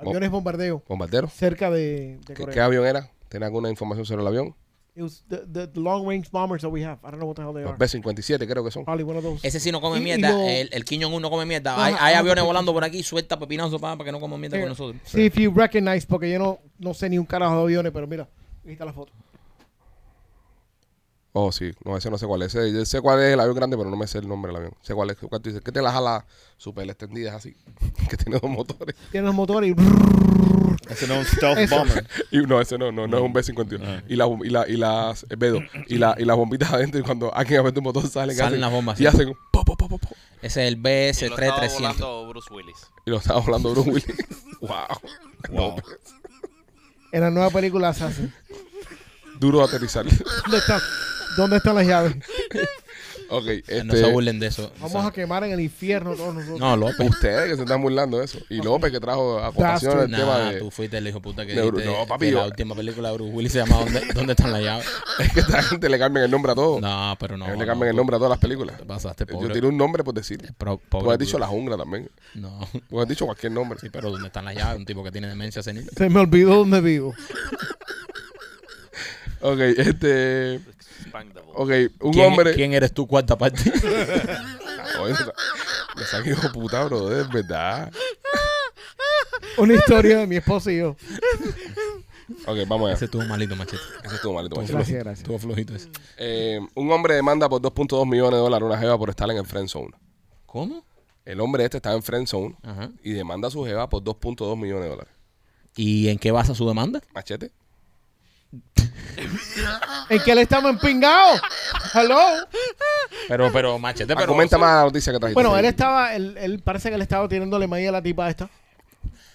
aviones bombardeo
Bombardero.
cerca de, de
¿Qué,
Corea.
qué avión era? ¿Tiene alguna información sobre el avión?
It was the, the- the long range bombers that we have. I don't know what the hell they
Los
are.
B-57 creo que son.
Probably one of those.
Ese sí no
Y-
come
y
mierda,
lo-
el, el Kim Jong-un no come mierda.
Ajá,
hay hay
ajá,
aviones
perfecto.
volando por aquí, suelta pepinazos para, que no coman mierda con
Mira,
nosotros.
Eh, See if you recognize, porque yo no, no sé ni un carajo de aviones, pero mira, ahí está la foto.
Oh, sí. No, ese no sé cuál es. Ese- yo sé cuál es el avión grande, pero no me sé el nombre del avión. Sé cuál es. ¿Cuál tú dices? ¿Qué te las alas super extendidas así? que tiene dos motores.
Tiene los motores y
Ese no es un stealth
Eso.
bomber.
Y no, ese no, no, no es un B-51.
Ah.
Y, la, y, la, y las eh, B2. Y, la, y las bombitas adentro. Y cuando alguien aprieta un motor, salen.
Salen
hacen-
las bombas,
Y
sí.
hacen un po, po, po, po, po.
Ese es el
Y lo estaba
BS-3300.
volando Bruce Willis.
Y lo estaba hablando Bruce Willis. wow.
Wow.
en la nueva película Assassin.
Duro de aterrizar.
¿Dónde están? ¿Dónde están las llaves?
ok. Este,
No se burlen de eso.
Vamos a quemar en el infierno todos nosotros.
No, López.
Ustedes que se están burlando de eso. Y López que trajo acotación
That's
el
true.
tema
Nah,
de.
tú fuiste el hijo puta que
de Bru-
dijiste
no, papi,
que
yo-
la última película de Bruce Willis se llamaba ¿Dónde, dónde están las llaves?
Es que esta gente le cambian el nombre a todo.
No, pero no.
A mí le
no,
cambian el nombre a todas las películas.
Te pasaste, pobre.
Yo tiré un nombre por decir.
pro-
Tú
pobre
has dicho
Bruce.
la jungla también.
No,
Tú has dicho cualquier nombre.
sí, pero ¿dónde están las llaves? Un tipo que tiene demencia senil.
Se me olvidó dónde vivo.
Ok, este.
Expandable.
Ok, un
¿Quién, e-
hombre.
¿Quién eres tú, cuarta parte?
Ah, oye, Me saqué hijo de puta, bro. Es verdad.
Una historia de mi esposa y yo.
Ok, vamos allá.
ese estuvo malito, machete.
Eso estuvo malito, macho.
Gracias, gracias.
Estuvo flojito
Mm.
ese.
Eh, un hombre demanda por 2.2 millones de dólares una jeva por estar en el friend zone.
¿Cómo?
El hombre este está en friend zone
Ajá.
y demanda a su jeva por 2.2 millones de dólares.
¿Y en qué basa su demanda?
Machete.
¿En qué le estamos empingados? Hello.
Pero, pero, machete,
Ah,
pero...
comenta más la noticia que trajiste.
Bueno,
Sí.
él estaba, él, él parece que le estaba tirándole maíz a la tipa esta.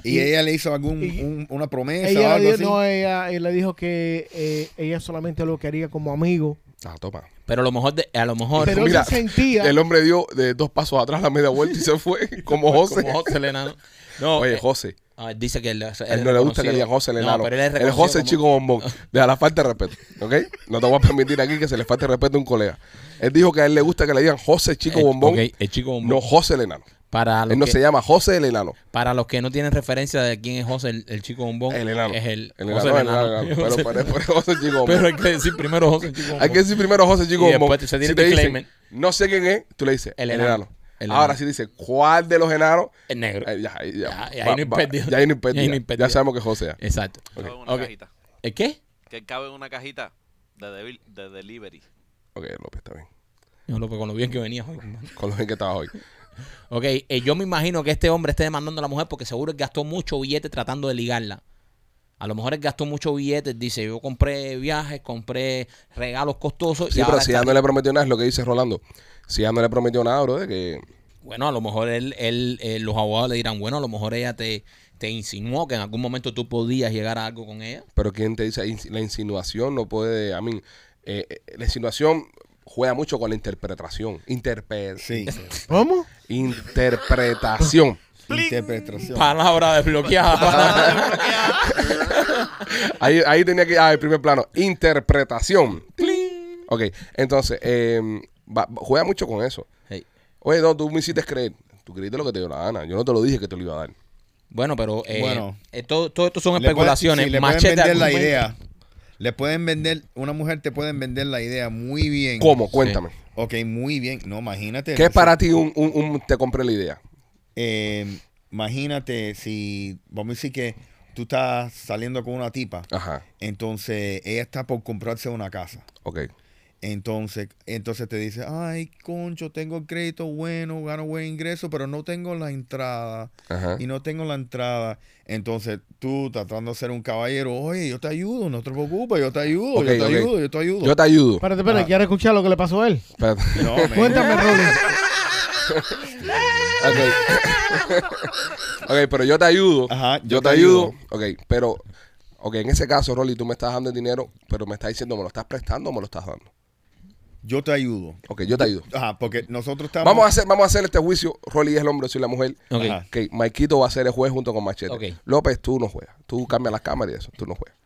Y ella le hizo algún,
y-
un- una promesa o
Ella
algo
le,
así.
dijo, no, ella, él le dijo que eh, ella solamente lo quería como amigo.
Ah, toma.
Pero a lo mejor, de- a lo mejor...
Pero él
Mira,
se sentía.
El hombre dio de dos pasos atrás la media vuelta y se fue como José.
Como José Lenano. No,
Oye,
eh,
José.
ah, dice que él, él
A él
es
no le gusta
reconocido.
que le digan José el
No,
enano.
pero él es
el
reconocido
José
como-
chico bombón. Deja la falta de respeto. ¿Ok? No te voy a permitir aquí que se le falte el respeto a un colega. Él dijo que a él le gusta que le digan José chico
El-
bombón.
Eh, ok, el chico bombón.
No José el enano.
Para los,
Él no
que,
se llama José el enano.
para los que no tienen referencia de quién es José el, el chico bombón,
El enano.
es el,
el
José
enano. el enano, el enano. Pero
José-
por eso- por eso José chico bombón.
pero hay que decir primero José el chico bombón.
Hay que decir primero José Chico
Y
Bombón.
después se tiene
Si te dicen,
disclaimer.
no sé quién es, tú le dices, el
El
enano.
enano. El
Ahora
enano.
sí dice, ¿cuál de los enanos?
El negro.
Eh, ya, ya,
Ya, ahí
va-
no hay
va-
pérdida.
ya ahí no hay
Ya ahí no hay
pérdida.
pérdida.
Ya sabemos que es José. ya.
Exacto.
Cabe en una
Ok.
cajita.
¿El qué?
Que cabe en una cajita de, debil- de delivery.
Ok, López, está bien.
No, López, con lo bien que venía hoy. hermano.
Con los en que estabas hoy.
Ok, eh, yo me imagino que este hombre esté demandando a la mujer porque seguro él gastó mucho billete tratando de ligarla. A lo mejor él gastó mucho billete, dice, yo compré viajes, compré regalos costosos.
Sí,
y
pero
ahora
si
está-
ya no le prometió nada, es lo que dice Rolando. Si ya no le prometió nada, bro, de que.
Bueno, a lo mejor él, él, eh, los abogados le dirán, bueno, a lo mejor ella te, te insinuó que en algún momento tú podías llegar a algo con ella.
Pero quién te dice, Ins- la insinuación no puede. A mí, eh, eh, la insinuación juega mucho con la interpretación. Interpre-
Sí.
¿Cómo?
Interpretación.
Interpretación.
Palabra desbloqueada. palabra-
Ahí, ahí tenía que. Ah, el primer plano. Interpretación. Ok, entonces, eh, va- va- juega mucho con eso.
Hey.
Oye, no, tú me hiciste creer. Tú creíste lo que te dio la gana. Yo no te lo dije que te lo iba a dar.
Bueno, pero eh,
Bueno.
eh, todo, todo esto son
Le pueden-
especulaciones.
sí, le pueden
machete
vender la
argumenta.
idea. Le pueden vender, una mujer te pueden vender la idea muy bien.
¿Cómo? Cuéntame.
Ok, muy bien. No, imagínate.
¿Qué es
eso-
para ti un, un- un te compré la idea?
eh, imagínate si, vamos a decir que tú
Ah.
estás saliendo con una tipa,
Ajá,
entonces ella está por comprarse una casa.
ok.
Entonces, entonces te dice, ay, concho, tengo el crédito bueno, gano buen ingreso, pero no tengo la entrada.
Ajá.
Y no tengo la entrada. Entonces tú tratando de ser un caballero, oye, yo te ayudo, no te preocupes, yo te ayudo,
Ok,
yo te
ok.
ayudo, yo te ayudo.
Yo te ayudo.
Espérate, espérate, quiero escuchar lo que le pasó a él.
Espérate.
No, man.
Cuéntame, Rolly.
Ok. ok, pero yo te ayudo.
Ajá,
yo, te, ayudo. Ok, pero. Ok, en ese caso, Rolly, tú me estás dando el dinero, pero me estás diciendo, ¿me lo estás prestando o me lo estás dando?
Yo te ayudo.
Ok, yo te ayudo.
Ajá, porque nosotros estamos.
Vamos a hacer, vamos a hacer este juicio. Rolly es el hombre, yo soy la mujer.
Ok.
Ajá.
Ok, Maikito va a ser el juez junto con Machete.
Ok.
López, tú no juegas. Tú cambias las cámaras y eso, tú no juegas.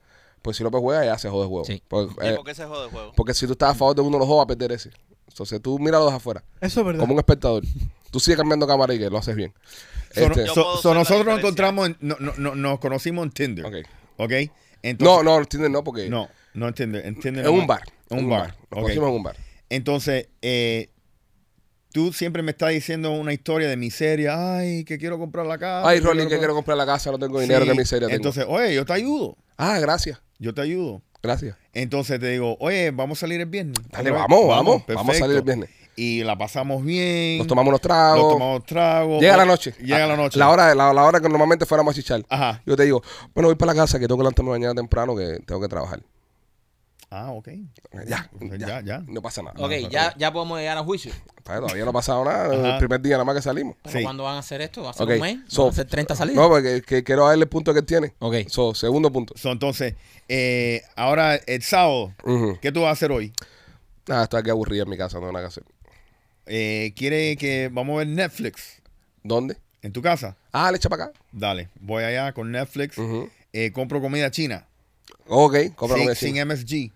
Pues si López juega, ya se jode el juego.
Sí.
Porque,
¿Y
eh,
por qué se jode el juego?
porque si tú estás a favor de uno de los dos, va a perder ese. Entonces tú mira los afuera,
Eso es verdad.
como un espectador. Tú sigues cambiando cámara y que lo haces bien.
So,
Este-
Yo
so-
puedo
so
ser la
nosotros nos
diferencia.
encontramos, en- no, no, no- nos conocimos en Tinder.
Ok.
Ok.
no,
Entonces,
no, entiendes, no, porque.
no, no en Tinder. En, Tinder
En un
nomás.
bar.
En un bar.
Nos
ok.
conocimos en un bar.
Entonces, eh, tú siempre me estás diciendo una historia de miseria. Ay, que quiero comprar la casa.
Ay, Rolly, que
comprar-
quiero comprar la casa, no tengo dinero,
Sí,
qué miseria tengo.
Entonces, oye, yo te ayudo.
ah, gracias,
Yo te ayudo.
gracias.
Entonces te digo, oye, vamos a salir el viernes.
Dale,
Otra vez.
vamos, vamos, vamos a salir el
perfecto.
viernes.
Y la pasamos bien.
Nos tomamos los tragos.
Nos tomamos tragos.
Llega
O-
la noche. Ah,
Llega la noche.
La hora, la, la hora que normalmente fuéramos a chichar.
Ajá.
Yo te digo, bueno, voy para la casa que tengo que levantarme mañana temprano que tengo que trabajar.
Ah, ok.
Ya,
Entonces,
ya,
ya, ya.
No pasa nada.
Ok, ya, ya podemos llegar a juicio.
Todavía todavía no ha pasado nada. El
Ajá.
primer día nada más que salimos.
¿Pero
Sí.
cuándo van a hacer esto? ¿Va a ser
Ok.
un mes?
so-
¿Van a ser 30 salidas?
No, porque que quiero darle el punto que él tiene.
Ok.
So, segundo punto.
So, entonces, eh, ahora el sábado,
Ujú.
¿qué tú vas a hacer hoy?
Nada, estoy aquí aburrida en mi casa, no hay nada que hacer.
Eh, ¿Quiere que vamos a ver Netflix
¿Dónde?
en tu casa?
Ah, le echa para acá.
Dale, voy allá con Netflix,
Ujú.
eh, compro comida china,
Ok, cómprame
sin,
lo que
sin
sí.
MSG,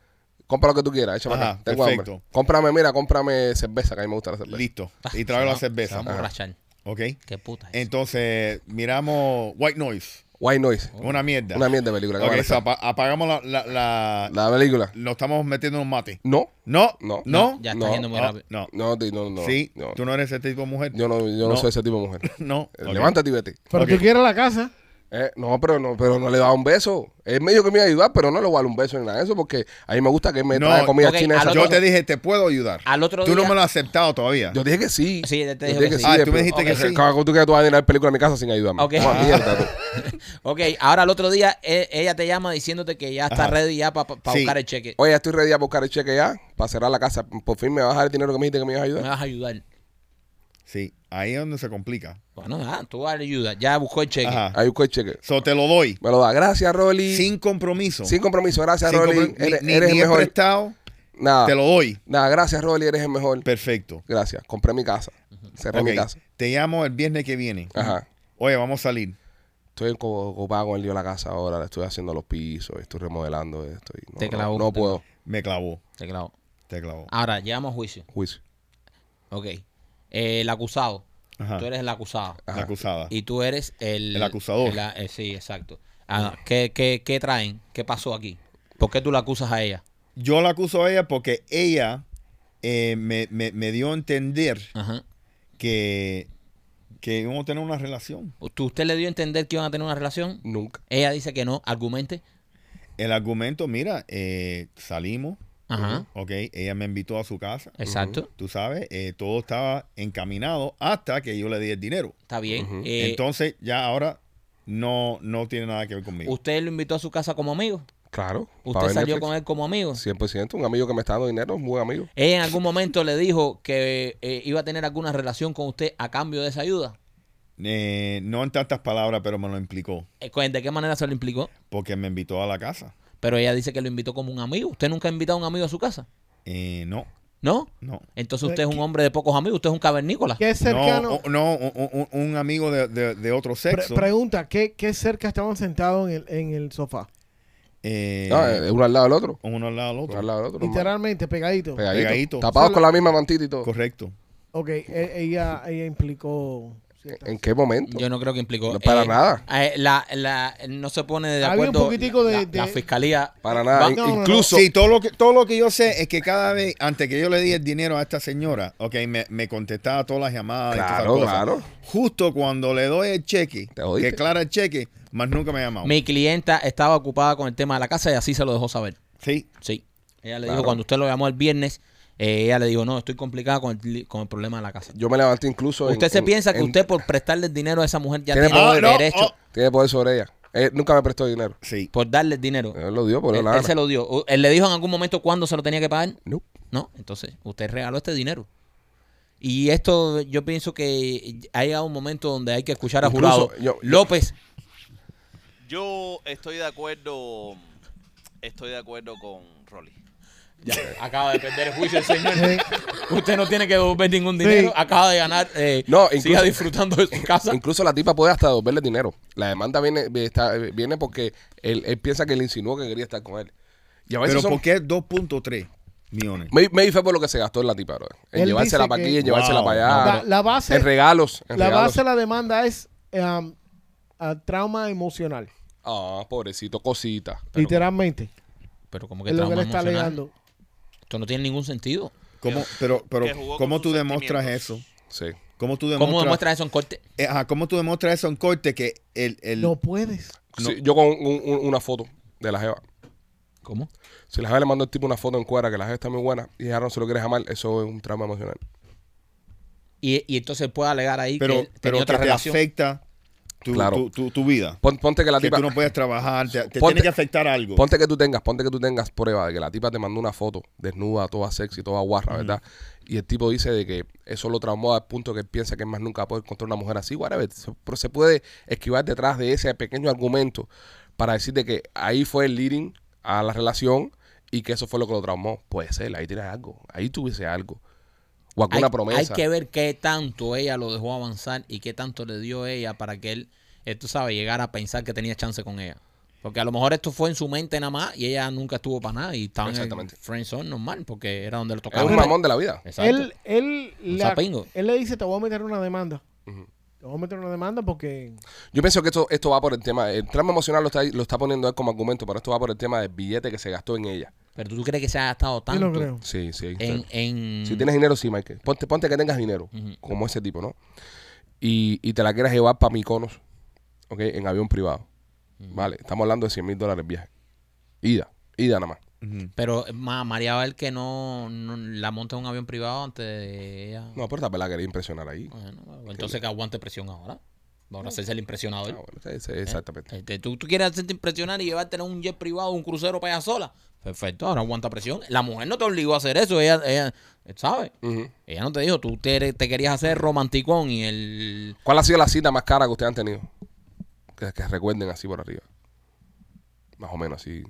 Compra lo que tú quieras, echa para
Ajá,
acá. Tengo
perfecto.
hambre. Cómprame, mira, cómprame cerveza, que a mí me gusta la cerveza.
listo.
Ah,
Y traigo
se
la
va- Se
cerveza,
va a emborrachar.
¿ok?
Qué puta es eso.
Entonces, miramos White Noise,
White noise.
una Oh, mierda.
Oh. Una mierda de película. ¿qué
Ok,
van a
so
hacer?
apa- apagamos la, la, la-
la película.
Nos estamos metiendo en un mate.
No.
No,
No.
no,
No,
no.
Ya
no,
está yendo muy
no,
rápido.
no.
No, di- no, no.
sí,
no.
tú no eres ese tipo de mujer.
Yo no, yo no,
No.
soy ese tipo de mujer.
No, ok.
Levántate y vete.
Pero
Ok.
tú quieres la casa.
Eh, no, pero no, pero no le da un beso. Él me dijo que me iba a ayudar, pero no le voy a dar un beso ni nada de eso, porque a mí me gusta que él me
No,
traiga comida
ok,
china.
al
esa
Yo
cosa.
te dije, te puedo ayudar.
Al otro
Tú no
día-
me lo has aceptado todavía.
Yo dije que sí.
Sí, él te dijo
Yo dije
que sí.
Ah, tú
pero-
me dijiste que
Ok.
sí.
Cabrón, tú que tú vas a llenar película a mi casa sin ayudarme.
Ok.
Toma, mierda, tú.
Ok, ahora al otro día e- ella te llama diciéndote que ya está
Ajá.
ready ya para
Sí.
buscar el cheque.
Oye, estoy ready a buscar el cheque ya para cerrar la casa. Por fin me vas a dar el dinero que me dijiste que me ibas a
Me
ayudar.
vas a ayudar.
Sí, ahí es donde se complica.
Bueno, nada, tú vas a ayudar. Ya buscó el cheque.
Ajá.
Ahí busco el cheque.
So, te lo doy.
Me lo da. Gracias, Rolly.
Ah. Sin compromiso.
Sin compromiso. Gracias,
Sin
Rolly.
compro- ni-
Eres,
ni,
eres
ni
el
he
mejor. Ah.
prestado,
Nada.
te lo doy.
Nada, gracias, Rolly. Eres el mejor.
Perfecto.
Gracias. Compré mi casa. Cerré
Ok,
mi casa.
Te llamo el viernes que viene.
Ajá.
Oye, vamos a salir.
Estoy co- ocupado con el lío de la casa ahora. Le estoy haciendo los pisos. Estoy remodelando esto. y no,
Te
no,
clavó,
no
te
puedo.
Me clavó.
Te clavo.
Te clavó.
Ahora, llegamos a juicio.
Juicio.
Ok. Eh, el acusado.
Ajá.
Tú eres el acusado.
La acusada.
Y tú eres el...
El acusador.
el a- eh, sí, exacto. Ah, ¿qué, qué, qué traen? ¿Qué pasó aquí? ¿Por qué tú la acusas a ella?
Yo la acuso a ella porque ella eh, me, me- me dio a entender
Ajá.
que, que íbamos a tener una relación.
¿Tú- ¿Usted le dio a entender que iban a tener una relación?
Nunca.
Ella dice que no. Argumente.
El argumento, mira, eh, salimos.
Ajá.
Ok, ella me invitó a su casa.
Exacto.
Tú sabes, eh, todo estaba encaminado hasta que yo le di el dinero.
Está bien. Eh,
Entonces, ya ahora no, no tiene nada que ver conmigo.
¿Usted lo invitó a su casa como amigo?
Claro.
¿Usted salió con él como amigo?
100%. Un amigo que me está dando dinero. Un buen amigo.
¿Ella en algún momento le dijo que eh, iba a tener alguna relación con usted a cambio de esa ayuda?
Eh, no en tantas palabras, pero me lo implicó.
Eh, cu- ¿De qué manera se lo implicó?
Porque me invitó a la casa.
Pero ella dice que lo invitó como un amigo. ¿Usted nunca ha invitado a un amigo a su casa?
Eh, no,
¿No?
no.
Entonces usted es un hombre de pocos amigos. Usted es un cavernícola.
¿Qué cercano?
No, o- no, un, un- un amigo de, de- de otro
Pre-
sexo.
pregunta, ¿qué, ¿qué cerca estaban sentados en el, en el sofá?
eh,
No, eh, uno al lado del otro.
uno al lado del otro.
Uno al lado del otro. normal.
Literalmente, pegadito.
Pegadito.
Pegadito.
Tapados
Solo-
con la misma mantita y todo.
Correcto.
Ok, e- ella, ella implicó... ciertas-
¿En qué momento?
Yo no creo que implicó.
No, para nada.
eh, la, la- no se pone de
Había un
acuerdo.
poquitico de-
la,
de-
la fiscalía.
Para nada.
Va-
In-
no, no, no.
incluso.
Sí, todo lo, que, todo lo que yo sé es que cada vez, antes que yo le di el dinero a esta señora, ok, me, me contestaba todas las llamadas. y todas esas
Claro,
cosas.
claro.
Justo cuando le doy el cheque,
Te jodiste.
que declara el cheque, más nunca me ha llamado.
Mi clienta estaba ocupada con el tema de la casa y así se lo dejó saber.
Sí,
Sí. Ella le
Claro.
dijo, cuando usted lo llamó el viernes, eh, ella le dijo, no, estoy complicada con el, li- con el problema de la casa.
Yo me levanté incluso. en-
Usted se
en-
piensa que
en-
usted por prestarle el dinero a esa mujer ya
Tiene
tiene
poder.
el
Ah, no,
derecho
oh.
Tiene poder sobre ella. Él nunca me prestó dinero.
Sí.
por darle el dinero.
Él lo dio oh. Eh, por
Él,
la
él se Eh, lo dio. O- Él le dijo en algún momento cuándo se lo tenía que pagar.
Nope.
No, entonces usted regaló este dinero. Y esto yo pienso que ha llegado un momento donde hay que escuchar a
Incluso,
jurado.
yo- yo-
López,
Yo estoy de acuerdo. Estoy de acuerdo con Rolly.
ya, acaba de perder el juicio el señor.
Sí.
Usted no tiene que devolver ningún
Sí.
dinero. Acaba de ganar. eh,
No, incluso-
siga disfrutando de su casa.
Incluso la tipa puede hasta devolverle dinero. La demanda viene, está- viene porque él, él piensa que le insinuó que quería estar con él. Y a veces
Pero
son-
¿por qué 2.3 millones?
Maybe, maybe fue por lo que se gastó en la tipa, bro. En
Él
llevársela
dice
para aquí,
que-
en llevársela
Wow.
para allá.
La, la base,
en regalos. En
la
regalos.
base de la demanda es eh, um, a trauma emocional,
Ah, pobrecito, cosita.
literalmente.
Pero como que
Es lo que él
trauma
está
emocional.
alegando.
Esto no tiene ningún sentido.
¿Cómo, pero,
que
pero,
jugó con
¿cómo
sus
tú demuestras eso?
sentimientos.
Sí.
¿Cómo tú
¿Cómo
demuestras,
demuestra eso en corte?
Eh, ajá, ¿cómo tú demuestras eso en corte? Que el, el-
No puedes.
No.
Sí, yo con un- un- una foto de la jeva.
¿Cómo?
Si la jeva le mandó al tipo una foto en cuadra que la jeva está muy buena y ella no se lo quiere jamás, eso es un trauma emocional.
Y, y entonces puede alegar ahí que
pero,
él tenía
pero que
otra
te
relación.
afecta tu,
Claro.
tu, tu- tu vida.
Pon- ponte que la
que
tipa...
tú no puedes trabajar, te, te
Ponte-
tiene que afectar algo.
Ponte que tú tengas, ponte que tú tengas prueba de que la tipa te mandó una foto desnuda, toda sexy, toda guarra, ¿verdad? Y el tipo dice de que eso lo traumó al punto que él piensa que más nunca puede encontrar una mujer así, whatever. Se- Pero se puede esquivar detrás de ese pequeño argumento para decir de que ahí fue el leading a la relación y que eso fue lo que lo traumó. Puede ser, ahí tienes algo, ahí tuviese algo. O alguna promesa.
hay que ver qué tanto ella lo dejó avanzar y qué tanto le dio ella para que él, eh, tú sabes, llegara a pensar que tenía chance con ella. Porque a lo mejor esto fue en su mente nada más y ella nunca estuvo para nada y estaba en el
Exactamente.
friend zone normal porque era donde lo
es
tocaba.
un mamón de la vida.
Exacto.
Él, él,
Un
la-
sapingo.
él le dice, te voy a meter una demanda. Te voy a meter una demanda porque...
Yo pienso que esto, esto va por el tema. El trauma emocional lo está, lo está poniendo él como argumento, pero esto va por el tema del billete que se gastó en ella.
Pero tú crees que se ha gastado
Yo
tanto
no creo.
Sí, sí.
en... en-
Si tienes dinero, sí, Michael. Ponte, ponte que tengas dinero,
Ujú.
como ese tipo, ¿no? Y, y te la quieras llevar para Miconos, ¿ok? En avión privado. Vale, estamos hablando de 100 mil dólares el viaje. Ida, ida nada más.
Ujú.
Pero más María va el que no, no la monta en un avión privado antes de ella.
No, pero esta pelada quería impresionar ahí.
Bueno, bueno, entonces que aguante presión ahora. Ahora hacerse el impresionado.
Ah,
él.
bueno, sí, sí, exactamente.
Este, ¿tú, tú quieres hacerte impresionar y llevarte a un jet privado, un crucero para allá sola. Perfecto, ahora aguanta presión. La mujer no te obligó a hacer eso, ella, ella ¿sabes?
Ujú.
Ella no te dijo, tú te, te querías hacer romanticón y el...
¿Cuál ha sido la cita más cara que ustedes han tenido? Que, que recuerden así por arriba. Más o menos así.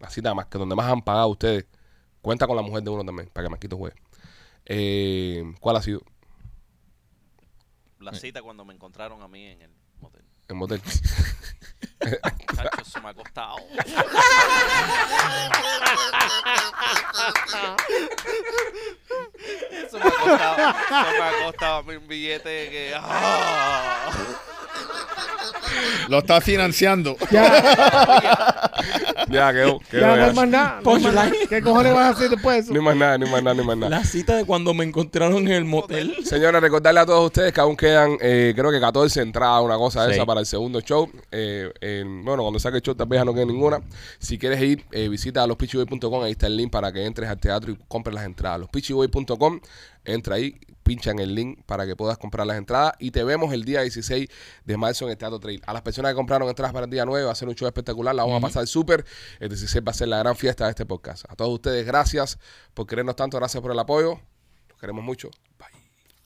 La cita más que donde más han pagado ustedes. Cuenta con la mujer de uno también, para que Marquito juegue. Eh, ¿Cuál ha sido?
La cita cuando me encontraron a mí en el motel.
En motel.
Chacho, eso me ha costado. Eso me ha costado. Eso me ha costado a mí un billete é que. ¡Ah!
Lo está financiando.
Ya,
ya, quedó. quedó
ya no
ya.
hay más nada. no hay más nada. ¿Qué cojones vas a hacer después de
Ni
eso?
más nada, ni más nada, ni más nada.
cita de cuando me encontraron en el motel.
Señores, recordarle a todos ustedes que aún quedan, eh, creo que 14 entradas, una cosa de
Sí.
esa para el segundo show. Eh, el- bueno, cuando saque el show, tal vez ya no quede ninguna. Si quieres ir, eh, visita lospichiboy.com. Ahí está el link para que entres al teatro y compres las entradas. Lospichiboy.com. Entra ahí, pincha en el link para que puedas comprar las entradas. Y te vemos el día 16 de marzo en el Teatro Trail. A las personas que compraron entradas para el día 9, va a ser un show espectacular. La vamos a pasar súper. El 16 va a ser la gran fiesta de este podcast. A todos ustedes, gracias por querernos tanto. Gracias por el apoyo. Los queremos mucho.